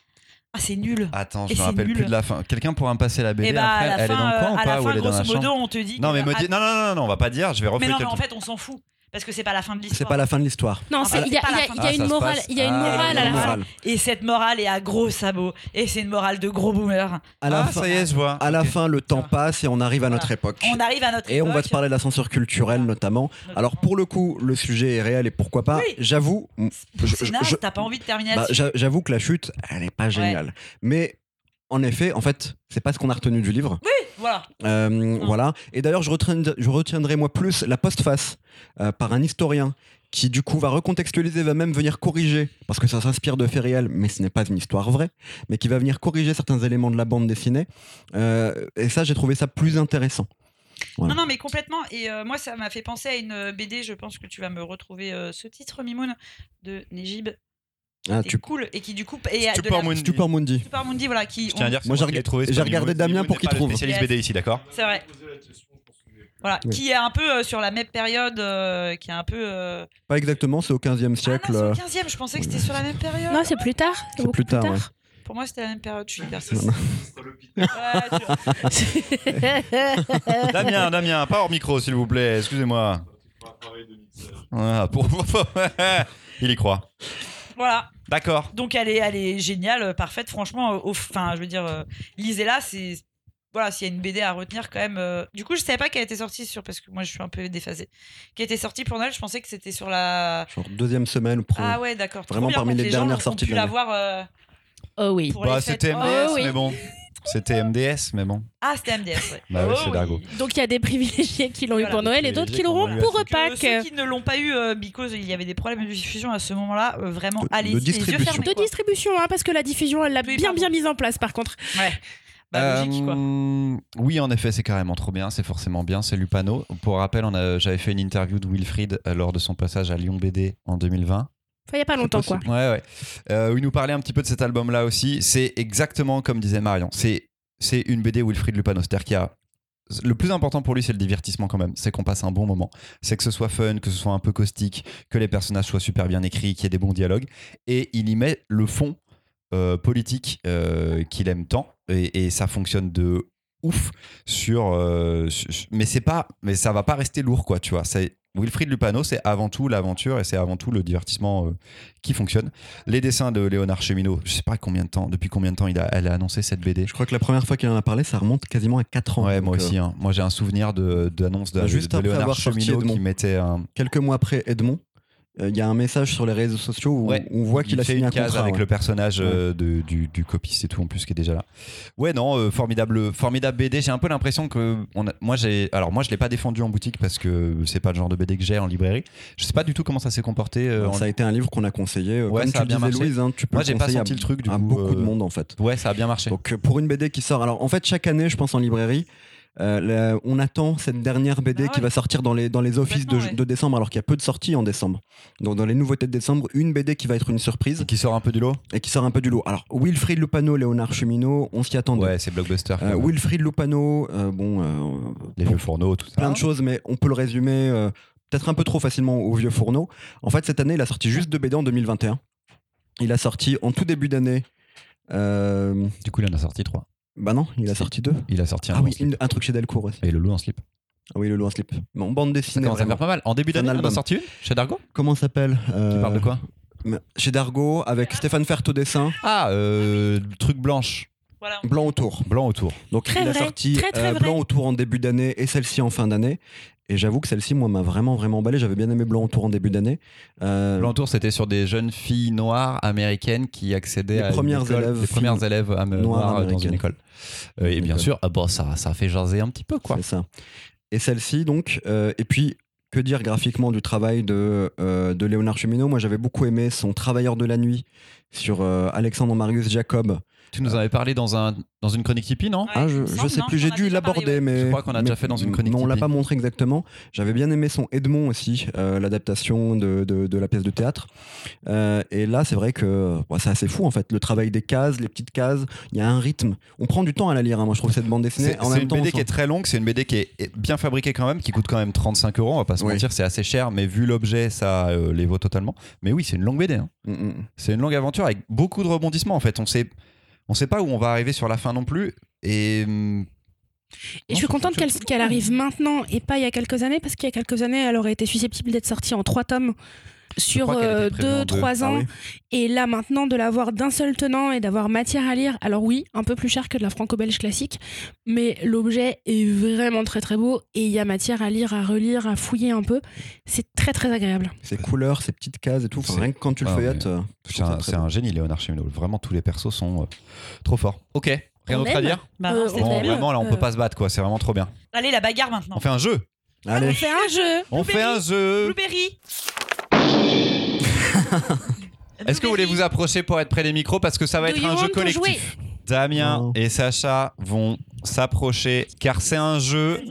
Ah, c'est nul. Attends, Et je me c'est rappelle nul. plus de la fin. Quelqu'un pourra me passer la BD Et bah, après à la Elle est fin, dans le coin euh, ou à pas la Ou elle fin est dans la grosso modo, chambre on te dit. Non, que- mais me dis- non, non, non, non, on va pas dire. Je vais mais refléter non, mais le en truc. fait, on s'en fout parce que c'est pas la fin de C'est l'histoire. pas la fin de l'histoire. Non, c'est- il y a, il y a- il y a Ah, ça une se morale, passe. il y a une Ah, morale à la fin. Morale. Et cette morale est à gros sabots. Et c'est une morale de gros boomer. À la ah, fin, ça y est, je vois. à la Ok. fin, le temps Ça va. passe et on arrive à notre Voilà. époque. On arrive à notre Et on va époque. te parler de l'ascenseur culturel Voilà. notamment. Alors pour le coup, le sujet est réel et pourquoi pas. Oui. J'avoue, m- je- je- C'est naze, je- t'as pas envie de terminer bah, là-dessus. j'a- j'avoue que la chute, elle est pas géniale. Mais en effet, en fait, c'est pas ce qu'on a retenu du livre. Voilà. Euh, Voilà. Et d'ailleurs, je, retiendrai- je retiendrai moi plus la postface euh, par un historien qui du coup va recontextualiser, va même venir corriger, parce que ça s'inspire de faits réels, mais ce n'est pas une histoire vraie, mais qui va venir corriger certains éléments de la bande dessinée. Euh, et ça, j'ai trouvé ça plus intéressant. Non, non, mais complètement. Et euh, moi, ça m'a fait penser à une euh, BD. Je pense que tu vas me retrouver euh, ce titre, Mimoun, de Nejib. Ah, C'est tu, cool. Et qui, du coup. Et, euh, de Stupor la- Mundi. Stupor Mundi. Stupor Mundi, voilà. Qui, Je tiens à on- dire que Moi, c'est j'ai qui l'ai regardé- trouvé, c'est j'ai pas regardé Mimoun. Damien Mimoun pour n'est qu'il pas le trouve. spécialiste Yes. BD ici, <laughs> d'accord C'est vrai. Voilà, Oui. qui est un peu euh, sur la même période, euh, qui est un peu. euh, Pas exactement, c'est au 15e Ah non, siècle. c'est euh, au 15e, je pensais que c'était sur la même période. Non, c'est plus tard. C'est plus tard, ouais. Pour moi, c'était la même période, je suis hyper Non, non. <laughs> Ouais, tu- Euh. Damien, Damien, pas hors micro, s'il vous plaît, excusez-moi. Ah, pour... <laughs> Il y croit. Voilà. D'accord. Donc elle est, elle est géniale, euh, parfaite. Franchement, euh, au- enfin, je veux dire, euh, lisez-la. C'est voilà, s'il y a une BD à retenir quand même. euh, Du coup, je savais pas qu'elle était sortie sur parce que moi, je suis un peu déphasée. Qu'elle était sortie pour Noël, je pensais que c'était sur la. Genre deuxième semaine ou première. Ah ouais, d'accord. Trop Vraiment bien, parmi donc les gens dernières ont sorties pu de la l'année. voir euh, <laughs> Oh oui. pour Bah, les fêtes. c'était Oh, MDS, oui. mais bon. C'était MDS, mais bon. Ah, c'était MDS. Ouais. Bah oui, Oh c'est dingo. Donc il y a des privilégiés qui l'ont eu Voilà. pour Noël et d'autres qui l'auront Privilégiés pour Que ceux Pâques. qui ne l'ont pas eu, euh, because il y avait des problèmes de diffusion à ce moment-là, euh, vraiment, De- allez, de les yeux distribution. fermés. De quoi. distribution, hein, parce que la diffusion, elle l'a Oui, bien pardon. bien mise en place par contre. Ouais. Bah, logique, quoi. Euh, Oui, en effet, c'est carrément trop bien, c'est forcément bien, c'est Lupano. Pour rappel, on a- j'avais fait une interview de Wilfried euh, lors de son passage à Lyon BD en 2020. Enfin, il n'y a pas longtemps quoi. Ouais, ouais. Euh, où il nous parlait un petit peu de cet album-là aussi. C'est exactement comme disait Marion. C'est c'est une BD Wilfried Lupano. C'est-à-dire qu'il y a. Le plus important pour lui, c'est le divertissement quand même. C'est qu'on passe un bon moment. C'est que ce soit fun, que ce soit un peu caustique, que les personnages soient super bien écrits, qu'il y ait des bons dialogues. Et il y met le fond euh, politique euh, qu'il aime tant et, et ça fonctionne de ouf sur, euh, su- su- mais c'est pas mais ça va pas rester lourd quoi tu vois c'est Wilfried Lupano c'est avant tout l'aventure et c'est avant tout le divertissement euh, qui fonctionne les dessins de Léonard Cheminot je sais pas combien de temps depuis combien de temps il a, elle a annoncé cette BD Je crois que la première fois qu'il en a parlé, ça remonte quasiment à 4 ans. Ouais, moi Donc, euh, aussi. hein. Moi, j'ai un souvenir de- d'annonce de, Bah, juste de après Léonard avoir sorti Cheminot Edmond. qui mettait un. Quelques mois après Edmond, euh, il y a un message sur les réseaux sociaux où Ouais. on voit qu'il il a fait signé une un case contrat. avec ouais. le personnage euh, de- du, du copiste et tout en plus qui est déjà là. Ouais, non, euh, formidable, formidable BD. J'ai un peu l'impression que on a- moi, j'ai. Alors moi, je l'ai pas défendu en boutique parce que c'est pas le genre de BD que j'ai en librairie. Je sais pas du tout comment ça s'est comporté. euh, en- Ça a été un livre qu'on a conseillé. euh, Ouais, Comme ça tu a le bien disais, marché. Louise, hein, tu peux Moi, le j'ai pas conseiller senti à- le truc du à coup. beaucoup de euh, monde en fait. Ouais, ça a bien marché. Donc euh, pour une BD qui sort, alors en fait chaque année je pense en librairie, euh, la- on attend cette dernière BD Bah qui ouais. va sortir dans les, dans les offices de, Complètement, ouais. de décembre alors qu'il y a peu de sorties en décembre. Donc dans les nouveautés de décembre, une BD qui va être une surprise Qui sort un peu du lot. et qui sort un peu du lot. Alors Wilfried Lupano, Léonard Cheminot, on s'y attendait. Ouais, c'est blockbuster. Euh, quand même. Wilfried Lupano, euh, bon, euh, Les bon, vieux fourneaux, tout ça. plein de choses mais on peut le résumer euh, peut-être un peu trop facilement au vieux fourneau. En fait cette année il a sorti juste deux BD en 2021. Il a sorti en tout début d'année... euh, Du coup, il en a sorti trois. bah non, il a sorti deux. Il a sorti un Ah en oui, slip. une- un truc chez Delcourt aussi. Et le loup en slip. Ah oui, le loup en slip. Bon, bande Ça dessinée. commence à vraiment. faire pas mal. En début Un d'année, il en a album. sorti une chez Dargo. Comment ça s'appelle Tu euh, parles de quoi mais- Chez Dargo, avec Stéphane Fert au dessin, Ah, euh, le truc blanche, Voilà. Blanc autour. blanc autour. Donc Très il a vrai, sorti euh, très, très vrai. Blanc autour en début d'année et celle-ci en fin d'année. Et j'avoue que celle-ci, moi, m'a vraiment, vraiment emballé. J'avais bien aimé Blanc autour en début d'année. Euh, Blanc autour, c'était sur des jeunes filles noires américaines qui accédaient Les à une premières école- élèves les premières élèves am- noires noires dans américaines. une école. Euh, et Une bien école. sûr, ah bon, ça, ça fait jaser un petit peu quoi. C'est ça. Et celle-ci, donc, euh, et puis, que dire graphiquement du travail de, euh, de Léonard Cheminot Moi, j'avais beaucoup aimé son Travailleur de la nuit sur euh, Alexandre Marius Jacob. Tu nous en avais parlé dans, un, dans une chronique Tipeee, non Ouais, Ah, il je, me je semble, sais non, plus, on j'ai a dû déjà parlé, l'aborder, ouais. mais. Je crois qu'on a mais- déjà fait dans une chronique Mais on l'a Tipeee. pas montré exactement. J'avais bien aimé son Edmond aussi, euh, l'adaptation de, de- de la pièce de théâtre. Euh, et là, c'est vrai que bah, c'est assez fou en fait. Le travail des cases, les petites cases, il y a un rythme. On prend du temps à la lire, hein, moi je trouve cette bande dessinée. C'est En c'est même une temps, BD on qui est sent- très longue, c'est une BD qui est est bien fabriquée quand même, qui coûte quand même 35 euros, on va pas se Oui. mentir, c'est assez cher, mais vu l'objet, ça euh, les vaut totalement. Mais oui, c'est une longue BD. hein. Mm, mm. C'est une longue aventure avec beaucoup de rebondissements en fait. On sait, on sait pas où on va arriver sur la fin non plus. Et hum, Et je suis contente qu'elle qu'elle arrive maintenant et pas il y a quelques années, parce qu'il y a quelques années, elle aurait été susceptible d'être sortie en trois tomes sur crois qu'elle était prévue en deux. 2-3 Ah ans. oui. Et là, maintenant, de l'avoir d'un seul tenant et d'avoir matière à lire, alors oui, un peu plus cher que de la franco-belge classique, mais l'objet est vraiment très très beau et il y a matière à lire, à relire, à fouiller un peu. C'est très très agréable. Ces couleurs, ces petites cases et tout. Enfin, C'est- rien que quand tu le Ah, feuillettes. mais- euh, je C'est trouve ça un, très c'est beau. un génie, Léonard Cheminot. Vraiment, tous les persos sont euh, trop forts. Ok, rien On d'autre à aime. dire Bah, Euh, non, c'est on Bon, trop aime. bien. Vraiment, là, on Euh, peut pas se battre, quoi. C'est vraiment trop bien. Allez, la bagarre maintenant. On fait un jeu. Ah On Allez, fait un jeu On fait un jeu. Blueberry. <laughs> Est-ce que vous voulez vous approcher pour être près des micros Parce que ça va Do être you un jeu want to jouer collectif. Damien Non. et Sacha vont s'approcher car c'est un jeu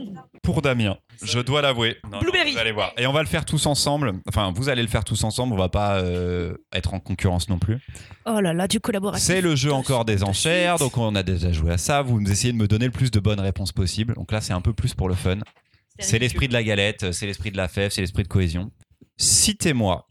pour Damien. Je dois l'avouer. Non, non, Blueberry. Vous allez voir. Et on va le faire tous ensemble. Enfin, vous allez le faire tous ensemble. On va pas euh, être en concurrence non plus. Oh là là, du collaboratif. C'est le jeu encore des de enchères, suite. donc on a déjà joué à ça. Vous essayez de me donner le plus de bonnes réponses possibles. Donc là, c'est un peu plus pour le fun. C'est l'esprit de la galette, c'est l'esprit de la fève, c'est l'esprit de cohésion. Citez-moi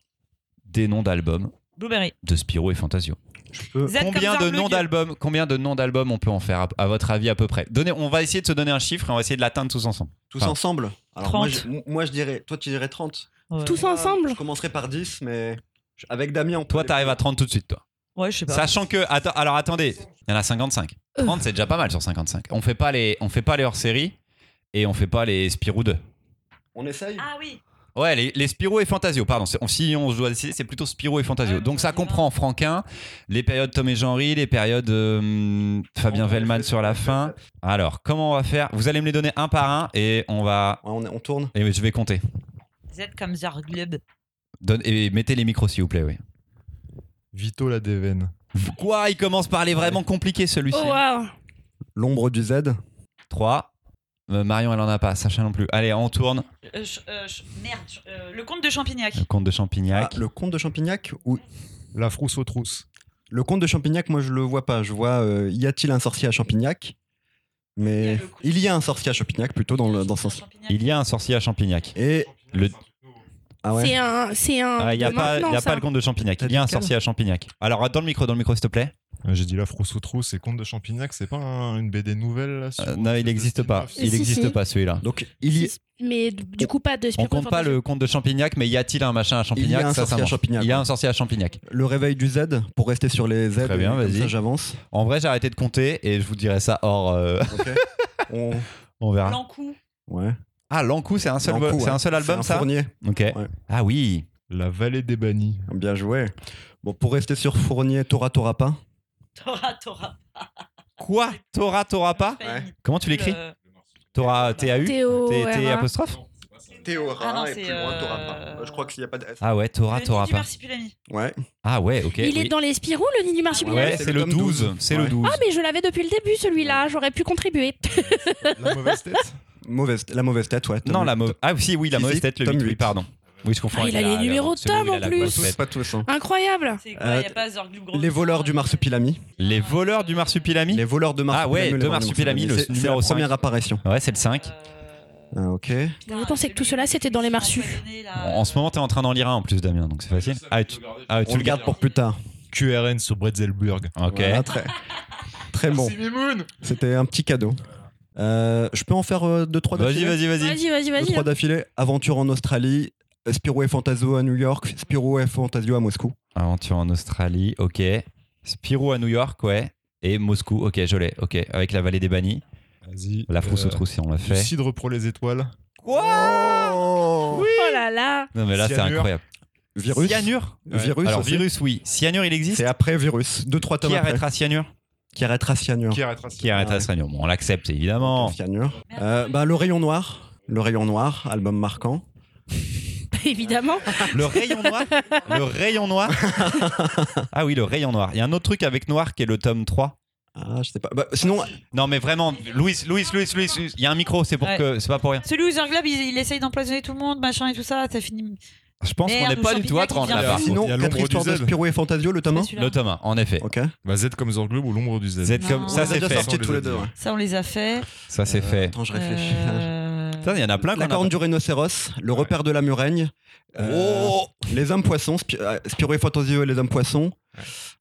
des noms d'albums Blueberry. de Spiro et Fantasio. je peux. Z comme Combien Zarb de le noms Dieu. d'albums Combien de noms d'albums on peut en faire à, à votre avis à peu près Donnez, on va essayer de se donner un chiffre et on va essayer de l'atteindre tous ensemble. Tous Enfin, ensemble Alors, 30. moi je, moi, je dirais. Toi, tu dirais 30. Ouais. Tous Moi, ensemble Je commencerai par 10, mais je- avec Damien, on peut. Toi, aller t'arrives à 30 tout de suite, toi. Ouais, je sais pas. Sachant que, atta- alors attendez, il y en a 55. Euh. 30, c'est déjà pas mal sur 55. On fait pas les, on fait pas les hors-série et on fait pas les Spirou 2. On essaye Ah oui. Ouais, les, les Spirou et Fantasio, pardon. c'est- on- Si on doit décider, c'est plutôt Spirou et Fantasio. Ah, Ouais, Donc ça ouais, ouais. comprend Franquin, les périodes Tom et Genry, les périodes euh, Fabien On- on Vellman fait- sur la fin. Alors, comment on va faire Vous allez me les donner un par un et on va. Ouais, on, on tourne. Et je vais compter. Z comme Zarglub. Donne- Et mettez les micros, s'il vous plaît, oui. Vito la déveine. Quoi Il commence par les vraiment compliqués, celui-ci. Oh waouh L'ombre du Z. 3. Euh, Marion, elle en a pas. Sacha non plus. Allez, on tourne. Euh, ch- euh, ch- merde. ch- euh, le comte de Champignac. Le compte de Ah, Champignac. le comte de Champignac ou La frousse aux trousses. le comte de Champignac, moi je le vois pas. Je vois euh, y a-t-il un sorcier à Champignac Mais il y a un sorcier à Champignac plutôt dans le dans son Il y a un sorcier à Champignac. et Le... Ah ouais C'est un. C'est un. Ah, Il n'y a, de pas, Ah, y maintenant, a ça. pas le compte de Champignac. T'as Il y a dit un lequel sorcier à Champignac. Alors, dans le micro, dans le micro, s'il te plaît. Euh, J'ai dit La Frousse aux Trousses et Comte de Champignac, c'est pas un- une BD nouvelle là, sur- Euh, non, il sur n'existe pas. Dustin Il Si, n'existe si. pas celui-là. Donc, il y, Mais du coup, pas de On Spirou compte pas Fantasio. le compte de Champignac, mais y a-t-il un machin à il y Champignac a Ça, un ça sorcier à marche. Champignac. Il y a un sorcier à Champignac. Le réveil du Z, pour rester sur les Z. Très bien, comme vas-y. <laughs> ça, j'avance. En vrai, j'ai arrêté de compter et je vous dirai ça hors. euh, Ok. On- on verra. Blanco. Ouais. Ah, L'Ankou, c'est un seul, L'en coup, c'est ouais. un seul album, C'est un ça Fournier. Ok. Ah oui. La Vallée des <laughs> Bannis. Bien joué. Bon, pour rester sur Fournier, Tora Tora pas. Tora, Tora. Quoi Tora Tora pas Failli. Comment tu l'écris Euh, Tora T-A-U Théo, T- T O'Hara. apostrophe Théora Ah non, et c'est, plus loin, Tora pas. euh, Je crois qu'il n'y a pas de S. Ah ouais, Tora le Tora Nid du pas. Marsupilami. Ouais. Ah ouais, ok. Il est oui. Ah, dans les Spirou, le nid du marsupial. Ouais, c'est le tome 12. C'est le Ouais. 12. Ah, mais je l'avais depuis le début, celui-là. J'aurais pu contribuer. La mauvaise tête Mauvaise, la mauvaise tête, ouais. Non, la mauvaise. Ah, si, oui, la Si, mauvaise si, tête, le tome 8, oui, huit. pardon. Oui, je confonds. Ah, avec il a la- les la- numéros de celui où tome, il a en la plus. grosse Tous, tête. pas tous. hein. Incroyable. C'est quoi y a Euh, pas Zorglugron Les voleurs euh, du marsupilami. Les voleurs du marsupilami Les voleurs de marsupilami. Ah ouais, de les voleurs du marsupilami, le C'est- C'est numéro la cinq. première apparition. Ouais, c'est le 5. Euh, Ah, ok. La réponse, c'est que tout cela, c'était dans les marsupes. En en ce moment, t'es en train d'en lire un en plus, Damien, donc c'est facile. Ah, tu, ah, On tu le le gardes. garde pour plus tard. QRN sur Bretzelburg. Ok. Voilà, très, très bon. C'était un petit cadeau. Euh, je peux en faire euh, deux, trois Vas-y, vas-y, d'affilée vas-y. Vas-y, vas-y, Deux, vas-y. hein. trois d'affilée. Aventure en Australie. Spirou et Fantasio à New York. Spirou et Fantasio à Moscou. Aventure en Australie, ok. Spirou à New York, ouais. Et Moscou, ok, je l'ai, ok. Avec la vallée des bannis. Vas-y. La frousse Euh, aux trous, si on l'a Du fait. cidre pour les étoiles. Oh Oh là là. <laughs> Non, mais là, c'est Cyanure. incroyable. Virus. Cyanure Ouais. Virus. Alors, aussi. virus, oui. Cyanure, il existe C'est après virus. Deux, trois tomes Qui après. arrêtera Cyanure Qui arrêtera cyanure. Qui arrêtera ce- Qui arrêtera ouais. Cyanure Bon, on l'accepte, évidemment. <laughs> Cyanure. Euh, bah, le rayon noir. Le rayon noir, album marquant. Évidemment. Ah, Le rayon noir Le rayon noir Ah oui, le rayon noir. Il y a un autre truc avec noir qui est le tome 3. Ah, je sais pas. Bah, sinon, Non, mais vraiment, Louis, Louis, Louis, Louis, Louis, il y a un micro, c'est pour Ouais. que. C'est pas pour rien. Celui où Zorglab, il, il essaye d'empoisonner tout le monde, machin et tout ça, ça finit. Je pense qu'on Merde, n'est pas le du tout à champignon 30 qui vient là-bas. de- sinon Il y a quatre l'ombre du histoires de Z. Spirou et Fantasio, le tome pas 1. celui-là. Le tome 1, en effet. Ok. Bah, Z comme Zorglub ou l'ombre du Z. Z comme Non. ça, On c'est déjà fait. sortis On tous les les a deux. dit. ouais. Ça, on les a fait. Ça, c'est Euh, fait. Attends, je réfléchis. Euh, Putain, il y en a plein La qu'on a. corne du rhinocéros, le repère de la murène, euh, Oh les hommes poissons, Spi- euh, Spirou et Fantasio et les hommes poissons.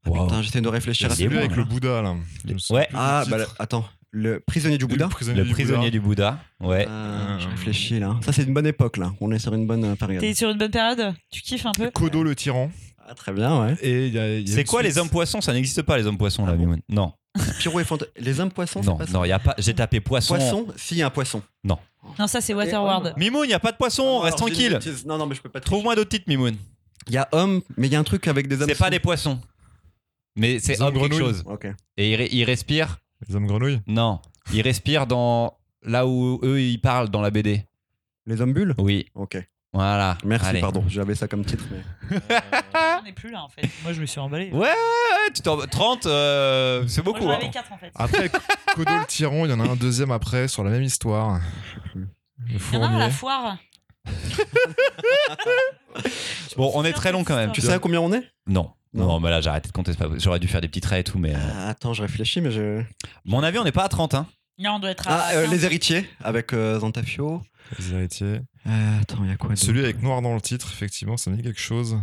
Wow. Putain, j'essaie de réfléchir Il est à ça. Celui bon, avec là. le Bouddha là. Je me souviens Ouais. plus du Ah, titre. bah le- attends, le prisonnier du Bouddha Le prisonnier, Le prisonnier du du Bouddha. Ouais. Euh, Je réfléchis là. Ça, c'est une bonne époque là. On est sur une bonne euh, période. T'es sur une bonne période Tu kiffes un peu Bouddha. Kodo le tyran. Ah, très bien, ouais. Et il y a- il y a C'est une quoi suite. les hommes poissons Ça n'existe pas les hommes poissons là, Ah bon Mimoun. Non, Spirou et Fantasio. Les hommes poissons, non, c'est pas ça non, il y a pas. J'ai tapé poisson. Poisson Si, il y a un poisson. Non, ça, c'est Waterworld. Mimoun, il y a pas de poisson. Alors, reste j'ai dit tranquille. une bêtise. Non, non, mais je peux pas trouver. Trouve-moi d'autres titres, Mimoun. Il y a homme, mais il y a un truc avec des hommes. C'est pas des poissons. Mais c'est Des homme quelque grenouilles. chose. Ok. Et il, ré- il respire. Les hommes grenouilles Non, il respire dans là où eux ils parlent dans la BD. Les hommes bulles Oui, Ok. voilà. Merci, Allez. pardon. J'avais ça comme titre. mais- On est plus là, en fait. Moi, je me suis emballé. Ouais, ouais, ouais, tu t'en- 30, euh, c'est beaucoup. Moi, hein. j'en avais quatre, en fait. <laughs> Après, Kodo le tyran, il y en a un deuxième après sur la <laughs> même histoire. Le Il y en a un à fournier. la foire. Bon, on hein, est très long quand même. Tu sais à combien on est Non. Non. Non. mais là j'ai arrêté de compter, c'est pas possible. j'aurais dû faire des petits traits et tout, mais. euh, Ah, Attends, je réfléchis, mais je. Mon avis, on n'est pas à 30, hein. Non, on doit être à. Ah, euh, quinze. les héritiers avec euh, Zantafio. Les héritiers. Euh, attends, il y a quoi d'autre Celui avec noir dans le titre, effectivement, ça me dit quelque chose.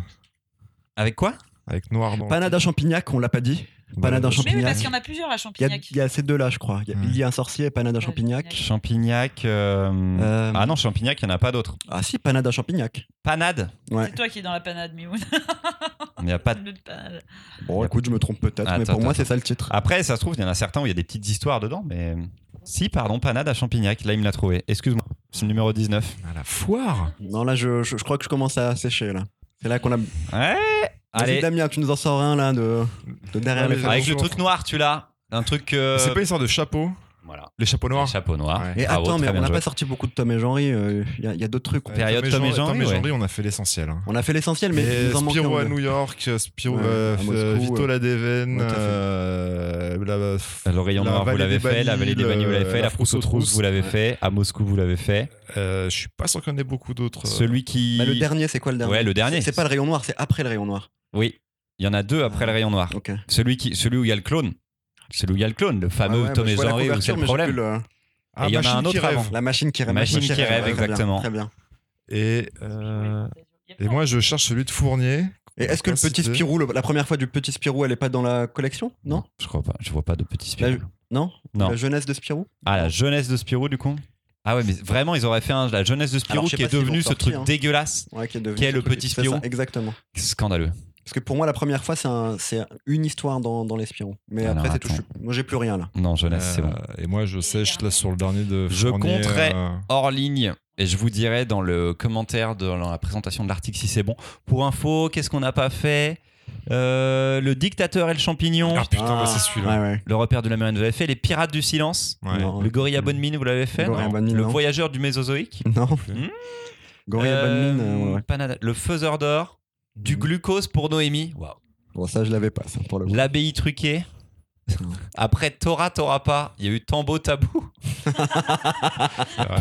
Avec quoi Avec noir dans le Panada Champignac, on l'a pas dit. titre. Bah, Mais Panada oui, parce Champignac. qu'il y en a plusieurs à Il y a- Champignac. il y, a ces deux-là, je crois. Il y a, Ouais. il y a un sorcier et Panada Ouais, Champignac. Champignac. euh, Euh, Ah non, Champignac, il n'y en a pas d'autres. Ah si, Panada Champignac. Panade Ouais. C'est toi qui es dans la panade, Mimoun. Il n'y a <laughs> pas de- <laughs> L'autre panade. Bon, écoute, je me trompe peut-être, mais Attends, pour moi, attends. c'est ça le titre. Après, ça se trouve, il y en a certains où il y a des petites histoires dedans, mais. Si, pardon, Panade à Champignac, là il me l'a trouvé. Excuse-moi, c'est le numéro 19. À la foire Non, là, je, je- je crois que je commence à sécher, là. C'est là qu'on a... Ouais Vas-y, Allez, Ah, Damien, tu nous en sors un, là, de, de derrière Ouais, les mais- phares. avec le truc noir, tu l'as. Un truc. euh, C'est pas une histoire de chapeau Voilà. Les chapeaux noirs Chapeau noir. Ouais. Et Bravo, attends, Ah, très mais on bien n'a joué. pas sorti beaucoup de Tom et Jean-Ry. Il y, a- y a d'autres trucs. Ouais, Période Tom et Jean-Ry, Tom et ouais. Jean-Ry, on a fait l'essentiel. hein. On a fait l'essentiel, mais il Et nous en manquait un Spirou à ou deux. New York, Spirou, Ouais, euh, à Moscou, Vito ouais. la Deven, Ouais, tout à fait. euh, la- Le rayon La noir, vous Vallée l'avez des fait. La Bannis, vallée des Bannis, vous l'avez euh, le- fait. la La frousse aux trousses, vous l'avez fait. À Moscou, vous l'avez fait. euh, je suis pas sûr qu'il y en ait beaucoup d'autres. Celui qui. Bah, le dernier, c'est quoi le dernier Ouais, le dernier. C'est pas le rayon noir, c'est après le rayon noir. Oui, il y en a deux après le rayon noir. Ok. Celui, qui, celui où il y a le clone. Celui où il y a le clone, le fameux Ouais, ouais, Tom bah, et je vois la Jean-Ry, où c'est couverture, le mais j'ai problème. plus le- Ah, Et il y en a un Machine qui autre rêve. avant. La machine qui rêve. Machine qui ouais, rêve, très bien, exactement. Très bien. Et euh, Et moi, je cherche celui de Fournier. Et est-ce que le Pas petit cité. Spirou, le- la première fois du petit Spirou, elle est pas dans la collection Non Bah, Je crois pas. Je vois pas de petit La- Spirou. Non Non. La jeunesse de Spirou Ah, la jeunesse de Spirou, du coup Ah ouais, mais vraiment, ils auraient fait un, la jeunesse de Spirou Alors, je sais qui pas est s'ils vont devenu ce sortir, truc hein. dégueulasse. Ouais, qui est devenu Qui est ce le truc, petit c'est ça, Spirou Exactement. Scandaleux. Parce que pour moi, la première fois, c'est un- c'est une histoire dans, dans les Spirou. Mais Alors, après, c'est tout. attends. je- Moi, j'ai plus rien là. Non, jeunesse, c'est bon. Et moi, je sèche là sur le dernier de Je Fournier, compterai. euh, Hors ligne, et je vous dirai dans le commentaire, de, dans la présentation de l'article si c'est bon. Pour info, qu'est-ce qu'on n'a pas fait Euh, Le dictateur et le champignon. Ah putain, Ah. bah, c'est Ouais, celui-là. ouais. Le repère de la marine, vous l'avez fait. Les pirates du silence. Ouais. Ah, Non. Le gorille à bonne mine, vous l'avez fait. Gorille à non bonne mine, le non. voyageur du Mésozoïque. Non. Hmm Gorille à Euh, bonne mine. euh, ouais, ouais. Panada- Le faiseur d'or. Du Hmm. glucose pour Noémie. Waouh. Bon, ça, je l'avais pas, ça, pour le coup. L'abbaye <laughs> truquée. Après Torah, Torah pas, il y a eu Tambo <laughs> Tabou.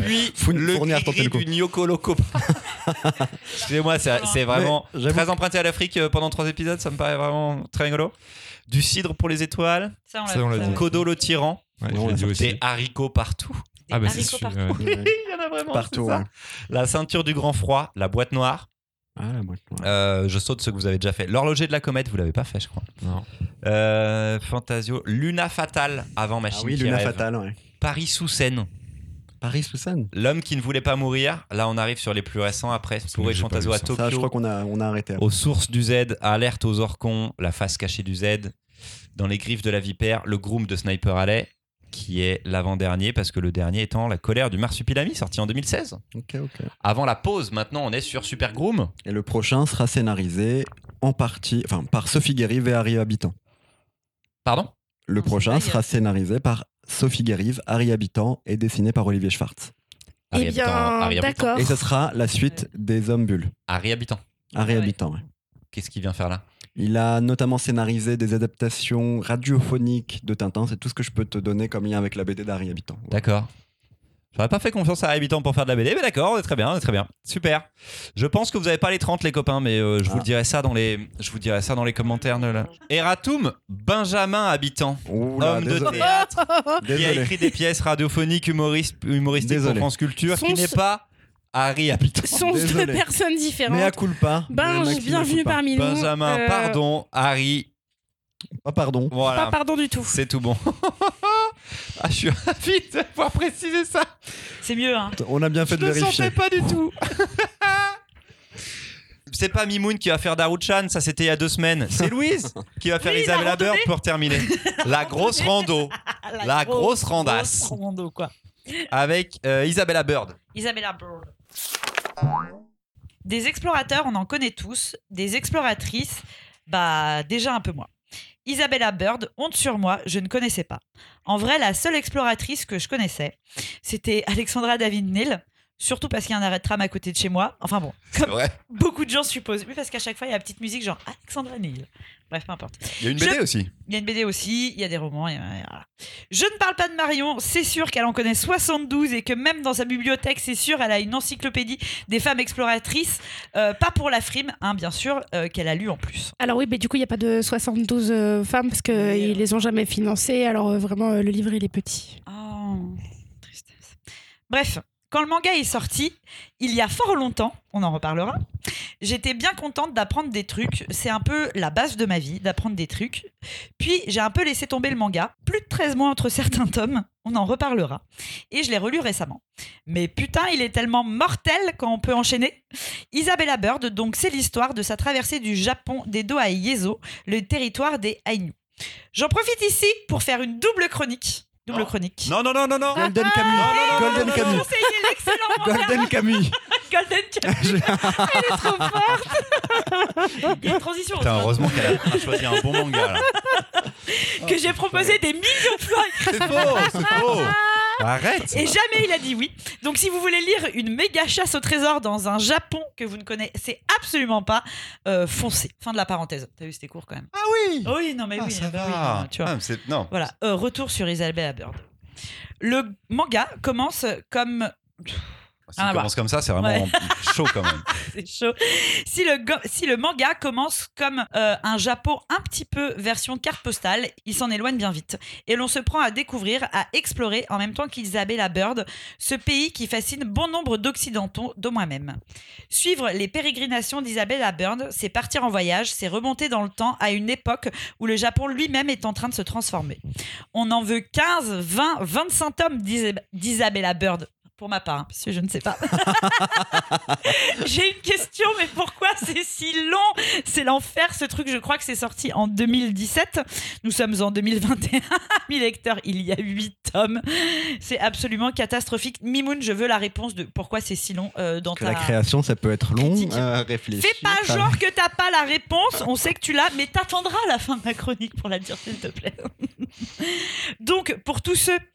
Puis Fourn- le Fournier a tenté gris le coup. du Nyoko <laughs> Loco. Excusez-moi, c'est c'est vraiment Mais j'avoue très emprunté à l'Afrique euh, pendant trois épisodes, ça me paraît vraiment très rigolo. Du cidre pour les étoiles, Ça, Ça, on l'a dit. ouais. Kodo le tyran, Ouais, Non, je l'ai la dit aussi. des haricots partout. Des Ah bah c'est haricots partout. celui-là. <laughs> Ouais. Il y en a vraiment Partout. c'est ça. ouais. La ceinture du grand froid, la boîte noire. Ah, la boîte noire. Euh, je saute ce que vous avez déjà fait. L'horloger de la comète, vous l'avez pas fait, je crois. Non. Euh, Fantasio, Luna fatale avant Ah Machine oui, qui Luna rêve. Fatale, ouais. Paris sous Seine. Paris Susan. L'homme qui ne voulait pas mourir. Là, on arrive sur les plus récents après. Pour vrai que j'ai Fantasio pas à vu ça. Tokyo. Ça, je crois qu'on a, on a arrêté. aux sources du Z, à Alerte aux Orcons, La face cachée du Z, Dans les griffes de la vipère, Le groom de Sniper Alley, qui est l'avant-dernier, parce que le dernier étant La colère du marsupilami, sorti en 2016. Ok, ok. Avant la pause, maintenant, on est sur Super Groom. Et le prochain sera scénarisé en partie, enfin, par Sophie Guérive et Harry Habitant. Pardon Le Non, c'est prochain pas sera scénarisé par Sophie Guérive, Harry Habitant et dessiné par Olivier Schwartz. Eh Harry bien, Habitant, Harry Habitant. d'accord. Et ce sera la suite des Hommes Bulles. Harry Habitant. Harry Ouais. Habitant, ouais. Qu'est-ce qu'il vient faire là Il a notamment scénarisé des adaptations radiophoniques de Tintin. C'est tout ce que je peux te donner comme lien avec la BD d'Harry Habitant. D'accord. J'aurais pas fait confiance à Habitant pour faire de la BD, mais d'accord, on est très bien, on est très bien. Super. Je pense que vous avez pas les 30 les copains, mais euh, je vous Ah. le dirai ça dans les je vous dirai ça dans les commentaires ne la- Eratum Benjamin Habitant, Oula, homme de désolé. théâtre qui a Désolé. écrit des pièces radiophoniques humoris- humoristiques pour Désolé. France Culture qui Sont- n'est pas Harry Habitant. Sont deux Désolé. personnes Mais à différentes. coup pas. Binge, bienvenue parmi nous. Benjamin, Euh, pardon, Harry. Pas Ah, pardon. Voilà. Pas pardon du tout. C'est tout bon. <laughs> ah, je suis <laughs> ravi de pouvoir préciser ça. C'est mieux, hein. On a bien fait je de le vérifier. sentais pas du tout. <laughs> C'est pas Mimoun qui va faire Daruchan, ça c'était il y a deux semaines. C'est Louise qui va faire Oui, la Isabella randonnée. Bird pour terminer. La grosse rando, <laughs> Ah, la, grosse, randasse grosse rando, quoi. avec euh, Isabella Bird. Isabella Bird. Des explorateurs, on en connaît tous. Des exploratrices, bah déjà un peu moins. Isabella Bird, honte sur moi, je ne connaissais pas. En vrai, la seule exploratrice que je connaissais, c'était Alexandra David Neal. Surtout parce qu'il y a un arrêt de tram à côté de chez moi. Enfin bon, comme Ouais, beaucoup de gens supposent. Oui, parce qu'à chaque fois, il y a la petite musique genre Alexandra Neal. Bref, peu importe. il y a une Je- BD aussi. Il y a une BD aussi, il y a des romans. il y a- voilà. Je ne parle pas de Marion, c'est sûr qu'elle en connaît 72 et que même dans sa bibliothèque, c'est sûr, elle a une encyclopédie des femmes exploratrices, euh, pas pour la frime, hein, bien sûr, euh, qu'elle a lu en plus. Alors oui, mais du coup, il n'y a pas de 72 euh, femmes parce qu'ils Oui, alors. les ont jamais financées. Alors euh, vraiment, euh, le livre, il est petit. Oh, tristesse. Bref, quand le manga est sorti, il y a fort longtemps, on en reparlera, j'étais bien contente d'apprendre des trucs. C'est un peu la base de ma vie, d'apprendre des trucs. Puis j'ai un peu laissé tomber le manga. Plus de 13 mois entre certains tomes, on en reparlera. Et je l'ai relu récemment. Mais putain, il est tellement mortel quand on peut enchaîner. Isabella Bird, donc c'est l'histoire de sa traversée du Japon d'Edo à Iezo, le territoire des Ainu. J'en profite ici pour faire une double chronique. Double Non. chronique. Non, non, non, non, non. Golden Camus. Ah, Non, non, non, Golden non, Je Camus. vous conseillais l'excellent manga <laughs> Golden Camus. <laughs> Ah, Golden Camus. Elle est trop forte. Il y a une transition. Putain, entre- heureusement qu'elle a- a choisi un bon manga là. que j'ai proposé des millions de fois C'est faux, c'est faux. Arrête. et jamais il a dit oui. Donc si vous voulez lire une méga chasse au trésor dans un Japon que vous ne connaissez absolument pas, euh, foncez. Fin de la parenthèse. T'as vu, c'était court quand même. Ah oui. Oh oui, non mais Ah, oui, ça bah va. oui, non, tu vois. Ah, mais c'est- non. Voilà, euh, retour sur Isabella Bird. Le manga commence comme. S'il Ah, bah. commence comme ça, c'est vraiment Ouais. chaud quand même. <laughs> C'est chaud. Si le, go- si le manga commence comme euh, un Japon un petit peu version carte postale, il s'en éloigne bien vite. Et l'on se prend à découvrir, à explorer, en même temps qu'Isabella Bird, ce pays qui fascine bon nombre d'Occidentaux, dont moi-même. Suivre les pérégrinations d'Isabella Bird, c'est partir en voyage, c'est remonter dans le temps à une époque où le Japon lui-même est en train de se transformer. On en veut 15, 20, 25 tomes d'Isa- d'Isabella Bird. Pour ma part, hein, parce que je ne sais pas. <laughs> J'ai une question, mais pourquoi c'est si long C'est l'enfer, ce truc. Je crois que c'est sorti en 2017. Nous sommes en 2021. <laughs> 1000 lecteurs, il y a 8 tomes. C'est absolument catastrophique. Mimoun, je veux la réponse de pourquoi c'est si long euh, dans Que ta... la création, ça peut être long, Critique. euh, réfléchir. Fais pas ça- genre que t'as pas la réponse, on sait que tu l'as, mais t'attendras la fin de ma chronique pour la dire, s'il te plaît. <laughs> Donc, pour tous ceux. <laughs>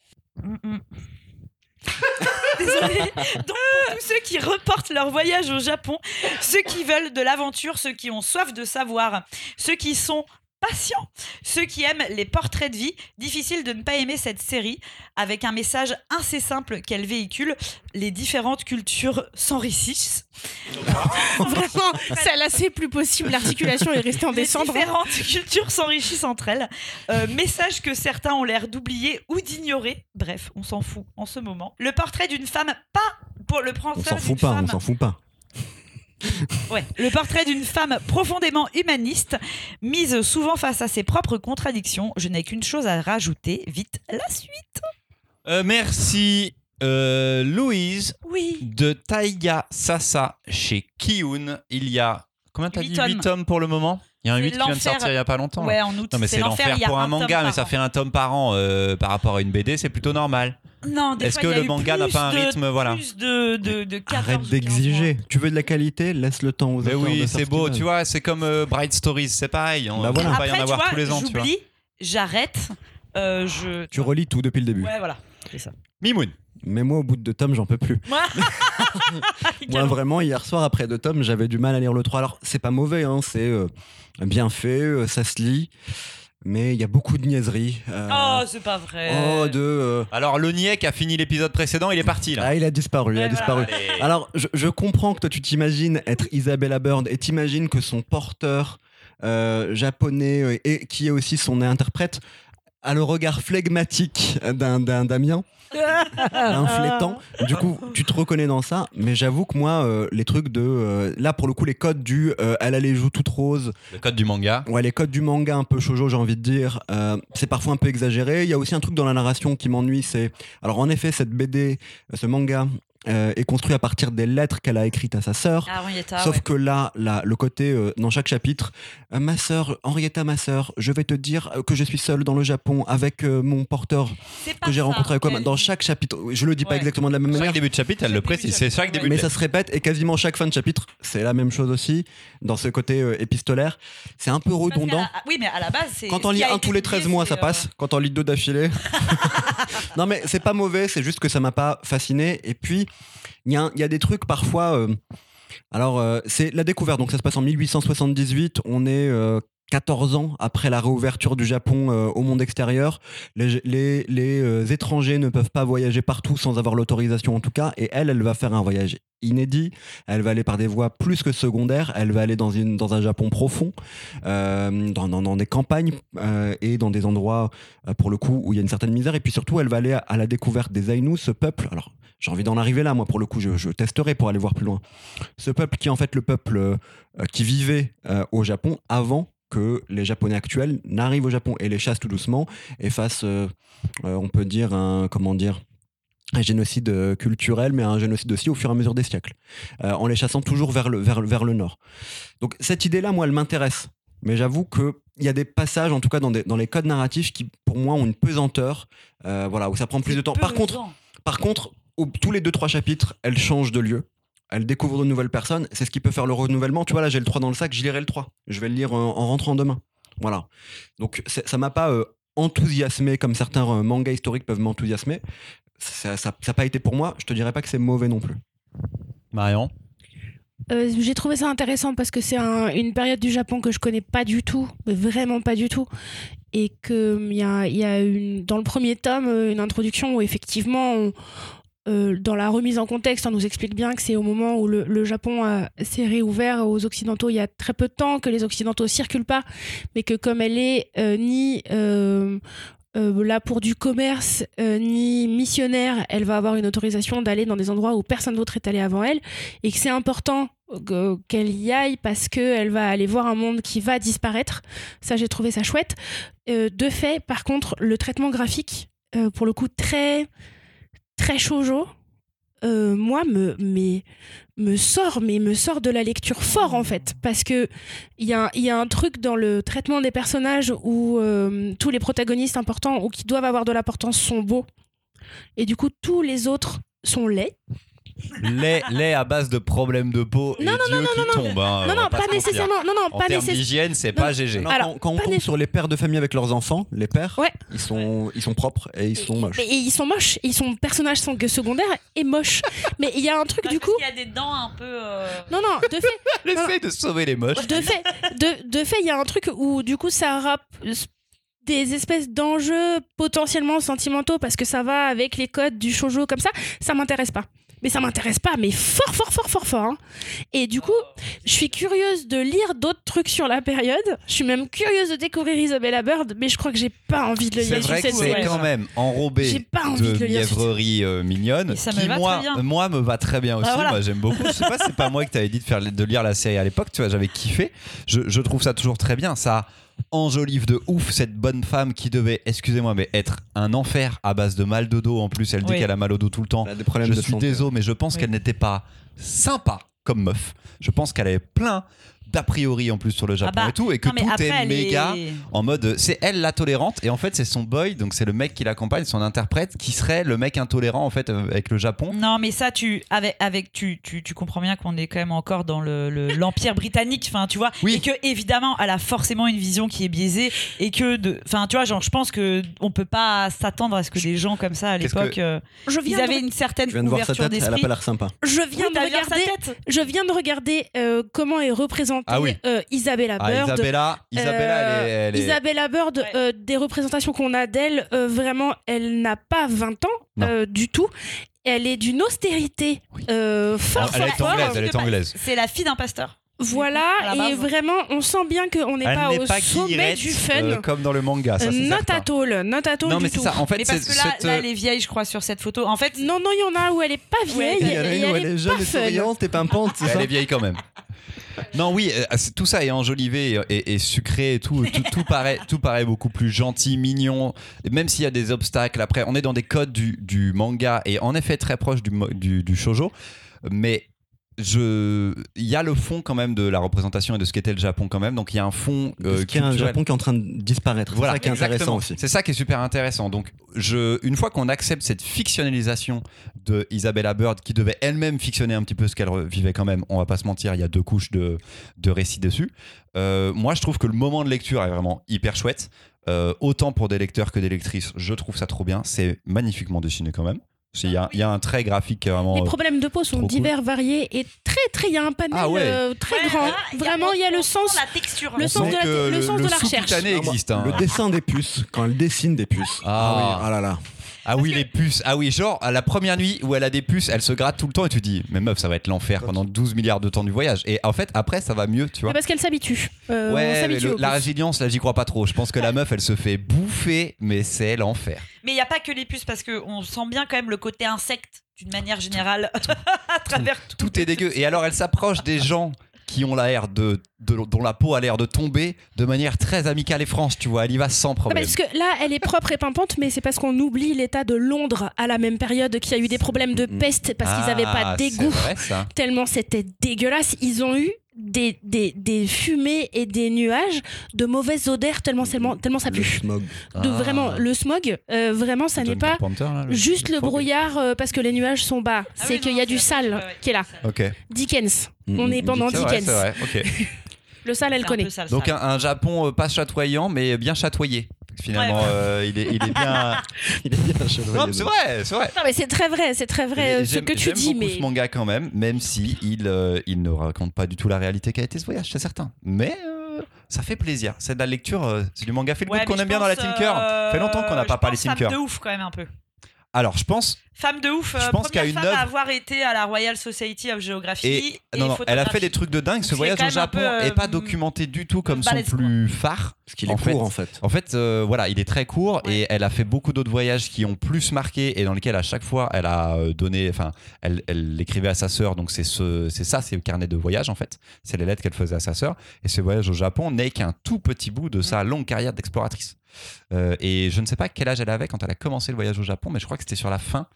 Désolée. Donc, pour tous ceux qui reportent leur voyage au Japon, ceux qui veulent de l'aventure, ceux qui ont soif de savoir, ceux qui sont patients, ceux qui aiment les portraits de vie, difficile de ne pas aimer cette série avec un message assez simple qu'elle véhicule les différentes cultures s'enrichissent. <laughs> <laughs> Vraiment, celle-là, c'est plus possible. L'articulation est restée en Les décembre. hein. différentes <laughs> cultures s'enrichissent entre elles. Euh, message que certains ont l'air d'oublier ou d'ignorer. Bref, on s'en fout en ce moment. Le portrait d'une femme pas pour le On portrait s'en d'une fout pas, femme. on s'en fout pas. Ouais. Le portrait d'une femme profondément humaniste, mise souvent face à ses propres contradictions. Je n'ai qu'une chose à rajouter. Vite la suite. Euh, merci euh, Louise Oui. de Taiga Sasa chez Kiun. Il y a combien t'as Huit dit tomes. 8 tomes pour le moment Il y a un C'est 8 qui vient de l'enfer. sortir il y a pas longtemps. là. Ouais, en août. Non mais c'est l'enfer il y a pour un tome manga, par mais ça an. fait un tome par an euh, par rapport à une BD, c'est plutôt normal. Non, des Est-ce fois, que il y a le eu manga n'a plus pas un de- rythme, voilà. Plus de, de, de 14 Arrête ou 15 d'exiger. Tu veux de la qualité, laisse le temps aux Mais auteurs oui, de c'est sortir. beau, tu vois, c'est comme euh, Bright Stories, c'est pareil. On Bah voilà. peut pas Après, y en avoir tu vois, tous les ans, tu vois. j'oublie, j'arrête, euh, je. Tu relis tout depuis le début. Ouais, voilà. <laughs> Mimoun. Mais moi, au bout de deux tomes, j'en peux plus. Moi, vraiment, hier soir, après deux tomes, j'avais du mal à lire le 3. Alors, c'est pas mauvais, hein, c'est euh, bien fait, euh, ça se lit, mais il y a beaucoup de niaiseries. euh, Oh, c'est pas vrai. oh, de. euh, Alors le Niek a fini l'épisode précédent, il est parti là. ah, il a disparu, il a Ouais, disparu. Allez. Alors, je, je comprends que toi, tu t'imagines être Isabella Bird et t'imagines que son porteur euh, japonais euh, et qui est aussi son interprète a le regard flegmatique d'un d'un Damien, un flétan. Du coup, tu te reconnais dans ça, mais j'avoue que moi, euh, les trucs de. euh, là, pour le coup, les codes du euh, elle a les joues toutes roses, Le code du manga. Ouais, les codes du manga un peu shoujo, j'ai envie de dire, euh, c'est parfois un peu exagéré. Il y a aussi un truc dans la narration qui m'ennuie, c'est... Alors en effet, cette BD, ce manga, euh, est construit à partir des lettres qu'elle a écrites à sa sœur. Ah, Henrietta, Sauf ouais. que là, là, le côté, euh, dans chaque chapitre, euh, ma sœur, Henrietta, ma sœur, je vais te dire euh, que je suis seule dans le Japon avec euh, mon porteur C'est pas que j'ai ça Euh, rencontré avec moi. qu'elle Dans dit. chaque chapitre, je le dis pas Ouais. exactement de la même manière, Chaque début de chapitre, elle Chaque le début de précise. C'est chapitre, chaque début de mais ça se répète et quasiment chaque fin de chapitre, c'est la même chose aussi, dans ce côté euh, épistolaire. C'est un peu Parce qu'à la- redondant. Oui, mais à la base, c'est. Quand on ce lit qui a un été tous les publié, 13 mois, c'est, ça euh, passe. Quand on lit <laughs> deux d'affilée. <laughs> non, mais c'est pas mauvais, c'est juste que ça m'a pas fasciné. Et puis, il y, a un- il y a des trucs parfois. euh, alors, euh, c'est la découverte, donc ça se passe en 1878. On est. euh, 14 ans après la réouverture du Japon euh, au monde extérieur, les, les- les, euh, étrangers ne peuvent pas voyager partout sans avoir l'autorisation en tout cas, et elle, elle va faire un voyage inédit, elle va aller par des voies plus que secondaires, elle va aller dans, une, dans un Japon profond, euh, dans, dans- dans des campagnes euh, et dans des endroits, euh, pour le coup, où il y a une certaine misère. Et puis surtout, elle va aller à, à la découverte des Ainu, ce peuple. Alors, j'ai envie d'en arriver là, moi, pour le coup, je, je testerai pour aller voir plus loin. Ce peuple qui est en fait le peuple euh, euh, qui vivait euh, au Japon avant que les Japonais actuels n'arrivent au Japon et les chassent tout doucement et fassent, euh, euh, on peut dire, un, comment dire un génocide euh, culturel, mais un génocide aussi au fur et à mesure des siècles, euh, en les chassant toujours vers le, vers, le- vers le nord. Donc cette idée-là, moi, elle m'intéresse. Mais j'avoue que il y a des passages, en tout cas dans, des- dans les codes narratifs, qui pour moi ont une pesanteur, euh, voilà, où ça prend plus de temps. peu Par contre, temps. par contre, au- tous les 2-3 chapitres, elle change de lieu. Elle découvre de nouvelles personnes. C'est ce qui peut faire le renouvellement. Tu vois, là, j'ai le 3 dans le sac, je lirai le 3. Je vais le lire euh, en rentrant demain. Voilà. Donc, c'est- ça m'a pas euh, enthousiasmé comme certains euh, mangas historiques peuvent m'enthousiasmer. Ça n'a pas été pour moi. Je te dirais pas que c'est mauvais non plus. Marion. Euh, J'ai trouvé ça intéressant parce que c'est un- une période du Japon que je connais pas du tout, mais vraiment pas du tout. Et que hum, il y a, il y a une, dans le premier tome euh, une introduction où effectivement on, euh, dans la remise en contexte, on nous explique bien que c'est au moment où le, le Japon euh, s'est réouvert aux Occidentaux il y a très peu de temps, que les Occidentaux circulent pas, mais que comme elle est euh, ni euh, euh, là pour du commerce euh, ni missionnaire, elle va avoir une autorisation d'aller dans des endroits où personne d'autre est allé avant elle, et que c'est important que- qu'elle y aille parce qu'elle va aller voir un monde qui va disparaître. Ça, j'ai trouvé ça chouette. Euh, de fait, par contre, le traitement graphique, euh, pour le coup, très, très shoujo, euh, moi, me, mais, me sort, mais me sort de la lecture fort, en fait. Parce que il y a, il y a un truc dans le traitement des personnages où euh, tous les protagonistes importants ou qui doivent avoir de l'importance sont beaux. Et du coup, tous les autres sont laids. lait, lait à base de problèmes de peau et Non, non, Dieu qui tombe. hein, non, on va non, pas, se mentir. nécessairement. Non, non, En pas termes nécessairement. d'hygiène, c'est Non. pas GG. Non, Alors, quand, quand on pas tombe des- sur les pères de famille avec leurs enfants, les pères, Ouais. ils, sont, ils sont propres et ils sont moches. Et, et ils sont moches. Ils sont personnages sont que secondaires <laughs> et moches. Mais il y a un truc du coup. Il y a des dents un peu. euh, Non, Ah, non, de fait, Elle essaye de sauver les moches. de fait, de, de fait, il y a un truc où du coup ça rappe des espèces d'enjeux potentiellement sentimentaux parce que ça va avec les codes du shoujo comme ça. Ça m'intéresse pas. Mais ça m'intéresse pas, mais fort, fort, fort, fort, fort. hein. Et du coup, je suis curieuse de lire d'autres trucs sur la période. Je suis même curieuse de découvrir Isabella Bird, mais je crois que j'ai pas envie de le C'est lire sur vrai que cette c'est ouais. quand même J'ai enrobé pas envie de, de le lire. sur cette- mièvrerie euh, mignonne Et ça me qui va moi, très bien. moi me va très bien aussi Ah, voilà. moi j'aime beaucoup je sais pas si c'est pas moi que t'avais dit de faire de lire la série à l'époque tu vois j'avais kiffé je, je trouve ça toujours très bien ça enjolive de ouf cette bonne femme qui devait excusez-moi mais être un enfer à base de mal de dos en plus elle dit Oui. qu'elle a mal au dos tout le temps Elle a des problèmes je de suis santé. désolé, mais je pense Oui. qu'elle n'était pas sympa comme meuf. Je pense qu'elle avait plein d'a priori en plus sur le Japon bah, et tout, et que non, mais tout après, est elle méga est- en mode c'est elle la tolérante, et en fait c'est son boy, donc c'est le mec qui l'accompagne, son interprète, qui serait le mec intolérant en fait euh, avec le Japon. Non, mais ça, tu, avec, avec, tu, tu, tu comprends bien qu'on est quand même encore dans l'Empire le, l'empire britannique, enfin, tu vois, Oui. et que évidemment, elle a forcément une vision qui est biaisée, et que, de- enfin, tu vois, genre, je pense que on peut pas s'attendre à ce que des gens comme ça à Qu'est-ce l'époque, euh, Je ils viens, avaient de, une certaine Je viens de voir sa ouverture tête, elle a d'esprit. pas l'air sympa. je viens Oui, de t'as vu regarder. sa tête. Je viens de regarder euh, comment est représentée Ah oui. euh, Isabella Ah, Bird. Isabella, Isabella, Euh, elle est- elle est- Isabella Bird, Ouais. euh, des représentations qu'on a d'elle, euh, vraiment, elle n'a pas 20 ans Non. euh, du tout. Elle est d'une austérité euh, fort, elle fort, est fort. anglaise, elle est parce que- anglaise. C'est la fille d'un pasteur. À la Voilà, et base. vraiment, on sent bien qu'on n'est Elle pas au n'est pas sommet guillerette, du fun. euh, comme dans le manga, ça Euh, c'est not certain. at all, not at all Non du mais c'est tout. ça, en fait Mais c'est parce que là, cette- euh, là, elle est vieille, je crois, sur cette photo. En fait, Non, non, il y en a où elle est pas vieille il Il et y en a elle, une où elle est est pas jeune et fun. souriante et pimpante, <laughs> c'est ça Elle est vieille quand même. Non, oui, euh, c'est- tout ça est enjolivé et, et sucré et tout, tout, tout paraît, tout paraît beaucoup plus gentil, mignon, Et même s'il y a des obstacles. Après, on est dans des codes du, du manga et en effet très proche du, mo- du, du shoujo, mais je, il y a le fond quand même de la représentation et de ce qu'était le Japon quand même. Donc il y a un fond euh, Parce qu'il y a un culturel. Japon qui est en train de disparaître. Voilà, c'est ça qui est exactement. intéressant aussi. C'est ça qui est super intéressant. Donc, je, une fois qu'on accepte cette fictionnalisation de Isabella Bird, qui devait elle-même fictionner un petit peu ce qu'elle vivait quand même, on va pas se mentir, il y a deux couches de, de récits dessus. Euh, moi, je trouve que le moment de lecture est vraiment hyper chouette. Euh, autant pour des lecteurs que des lectrices, je trouve ça trop bien. C'est magnifiquement dessiné quand même. Il y a, il y a un trait graphique qui est vraiment. Les problèmes de peau sont Oh, Trop cool. divers, variés et très, très. Il y a un panel Ah ouais. euh, très Ouais, grand. là, Vraiment, il y a le on sent sens. La texture. le on sens sent de la- que le sens de la recherche. sous-cutané Ah, moi, existe. hein. Le dessin des puces, quand elle dessine des puces. Ah. oui, ah là là. Ah oui, les puces. Ah oui, genre, à la première nuit où elle a des puces, elle se gratte tout le temps et tu dis, mais meuf, ça va être l'enfer pendant 12 milliards de temps du voyage. Et en fait, après, ça va mieux, tu Mais vois. parce qu'elle s'habitue. Eh ben, Euh, on Ouais, mais s'habitue le- au la plus. résilience, là, j'y crois pas trop. Je pense que la meuf, elle se fait bouffer, mais c'est l'enfer. Mais il n'y a pas que les puces, parce qu'on sent bien quand même le côté insecte, d'une manière générale, <laughs> à travers tout. Tout est dégueu. Et alors, elle s'approche des gens qui ont l'air de, de- dont la peau a l'air de tomber de manière très amicale et franche, tu vois. Elle y va sans Non, Ah, problème. mais parce que là, elle est propre et pimpante, mais c'est parce qu'on oublie l'état de Londres à la même période qu'il y a eu des problèmes de Mm, mm. peste parce qu'ils n'avaient pas Ah, d'égout. C'est vrai, ça. Tellement c'était dégueulasse. Ils ont eu des, des, des fumées et des nuages de mauvaises odeurs, tellement, tellement, tellement ça Le pue. smog. De Ah. vraiment, le smog, euh, vraiment, ça n'est John pas Carpenter, là, le- juste le fog. brouillard euh, parce que les nuages sont bas. Ah c'est oui, qu'il non, y a c'est du la- sale ouais, ouais, qui est là. c'est ça. Ok. Dickens. Mm, On mm, est mm. pendant C'est vrai, Dickens. c'est vrai. Ok. Le sale, elle C'est un peu connaît. ça, le Donc sale. un, un Japon euh, pas chatoyant, mais bien chatoyé. Finalement, Ouais. euh, il, est, il est <laughs> bien. <laughs> Il est bien chevalier non, de- c'est vrai, c'est vrai. Non, mais c'est très vrai, c'est très vrai euh, ce J'aime- que tu j'aime dis, beaucoup mais. ce manga quand même, même si il, euh, il ne raconte pas du tout la réalité qu'a été ce voyage, c'est certain. Mais euh, ça fait plaisir. C'est de la lecture, euh, c'est du manga feel good Ouais, mais qu'on je aime bien dans la pense, Tinker. euh, fait longtemps qu'on n'a je pas parlé pense que ça me Tinker. de ouf quand même un peu. Alors, je pense. Femme de ouf, euh, Je pense première qu'à une femme œuvre- à avoir été à la Royal Society of Geography. Et, Et, non, non, elle a fait photographie. des trucs de dingue. Donc, Ce c'est voyage quand au même un Japon peu, euh, est pas documenté du tout comme son balèze, quoi. plus phare. Parce qu'il est En fait- court en fait. En fait, euh, voilà, il est très court Ouais. et elle a fait beaucoup d'autres voyages qui ont plus marqué et dans lesquels à chaque fois elle a euh, donné, enfin, elle, elle l'écrivait à sa sœur, donc c'est ce, c'est ça, c'est le carnet de voyage en fait. C'est les lettres qu'elle faisait à sa sœur et ce voyage au Japon n'est qu'un tout petit bout de sa longue carrière d'exploratrice. Euh, et je ne sais pas quel âge elle avait quand elle a commencé le voyage au Japon, mais je crois que c'était sur la fin.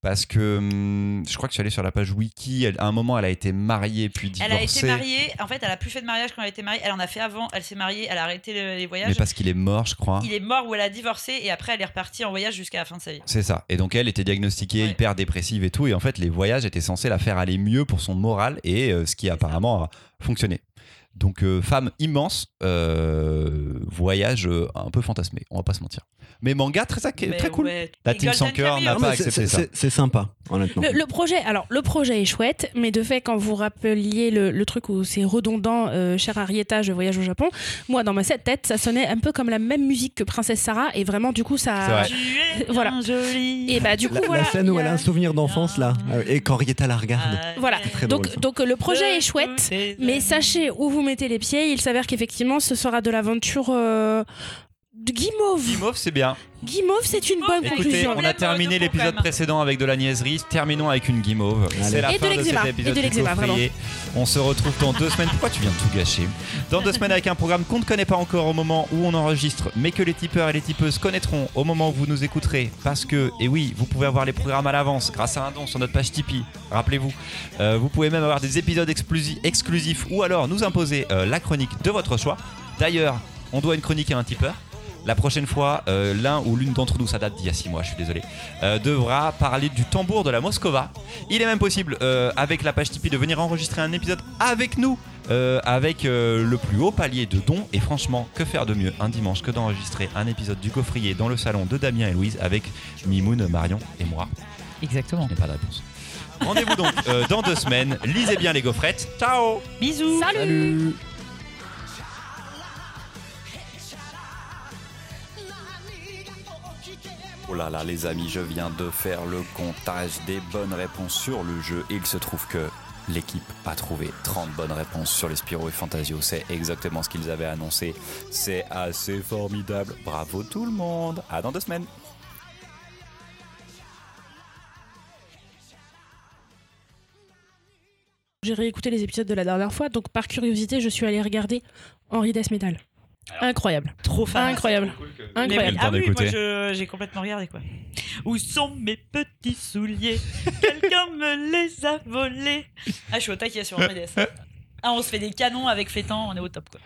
Parce que hum, je crois que je suis allé sur la page wiki. elle- à un moment, elle a été mariée puis Elle a été divorcée. mariée. En fait, elle a plus fait de mariage quand elle a été mariée. Elle en a fait avant. Elle s'est mariée. Elle a arrêté le- les mais voyages. parce qu'il est mort, je crois. Il est mort ou elle a divorcé et après elle est repartie en voyage jusqu'à la fin de sa vie. C'est ça. Et donc elle était diagnostiquée Ouais. hyper dépressive et tout. Et en fait, les voyages étaient censés la faire aller mieux pour son moral et euh, ce qui apparemment a fonctionné. Donc euh, femme immense, euh, voyage euh, un peu fantasmé, on va pas se mentir. Mais manga très, sac- Mais très cool. ouais. La Et team sans Golden hein. cœur Cameo. n'a Non, pas mais c'est- accepté c'est- ça. c'est- C'est sympa, honnêtement. Le, le projet, alors le projet est chouette, mais de fait, quand vous rappeliez le, le truc où c'est redondant, euh, cher Arietta, je voyage au Japon, moi dans ma tête, ça sonnait un peu comme la même musique que Princesse Sarah, et vraiment du coup ça. C'est vrai. Tu <laughs> es bien Voilà. jolie. Eh ben, Et bah du coup La, la voilà. scène où il y a- elle a un souvenir d'enfance là, Ah. et quand Rietta la regarde. Ah, Voilà. ouais. Très drôle, Donc, ça. donc le projet est chouette. Côté de- Mais sachez où vous mettez les pieds. Il s'avère qu'effectivement, ce sera de l'aventure euh, de Guimauve. Guimauve, c'est <laughs> bien. Guimauve, c'est une bonne Écoutez, Écoutez, conclusion. on Problème a de terminé peau, quand l'épisode même. précédent avec de la niaiserie. Terminons avec une guimauve. Allez. C'est la Et de fin de, l'eczéma. cet Et épisode. de du l'eczéma, gaufrier. On se retrouve dans deux semaines. Pourquoi tu viens de tout gâcher Dans deux semaines avec un programme qu'on ne connaît pas encore au moment où on enregistre, mais que les tipeurs et les tipeuses connaîtront au moment où vous nous écouterez. Parce que, et oui, vous pouvez avoir les programmes à l'avance grâce à un don sur notre page Tipeee. Rappelez-vous. Euh, vous pouvez même avoir des épisodes exclusi- exclusifs ou alors nous imposer euh, la chronique de votre choix. D'ailleurs, on doit une chronique à un tipeur. La prochaine fois, euh, l'un ou l'une d'entre nous, ça date d'il y a 6 mois, je suis désolé, euh, devra parler du tambour de la Moscova. Il est même possible, euh, avec la page Tipeee, de venir enregistrer un épisode avec nous, euh, avec euh, le plus haut palier de dons. Et franchement, que faire de mieux un dimanche que d'enregistrer un épisode du coffrier dans le salon de Damien et Louise avec Mimoun, Marion et moi Exactement. Je n'ai pas de réponse. Rendez-vous donc euh, dans deux semaines. Lisez bien les gaufrettes. Ciao Bisous. Salut Oh là là les amis, je viens de faire le comptage des bonnes réponses sur le jeu. Il se trouve que l'équipe a trouvé 30 bonnes réponses sur les Spiro et Fantasio. C'est exactement ce qu'ils avaient annoncé. C'est assez formidable. Bravo tout le monde. À dans deux semaines. J'ai réécouté les épisodes de la dernière fois, donc par curiosité, je suis allée regarder Henri Death Metal. Incroyable. Trop fan. Incroyable. Mais oui, Incroyable. Le temps Ah oui, moi d'écouter. je- j'ai complètement regardé quoi. Où sont mes petits souliers <laughs> Quelqu'un me les a volés. Ah, je suis au taquet sur RDS. Ah, on se fait des canons avec Fétan, on est au top quoi.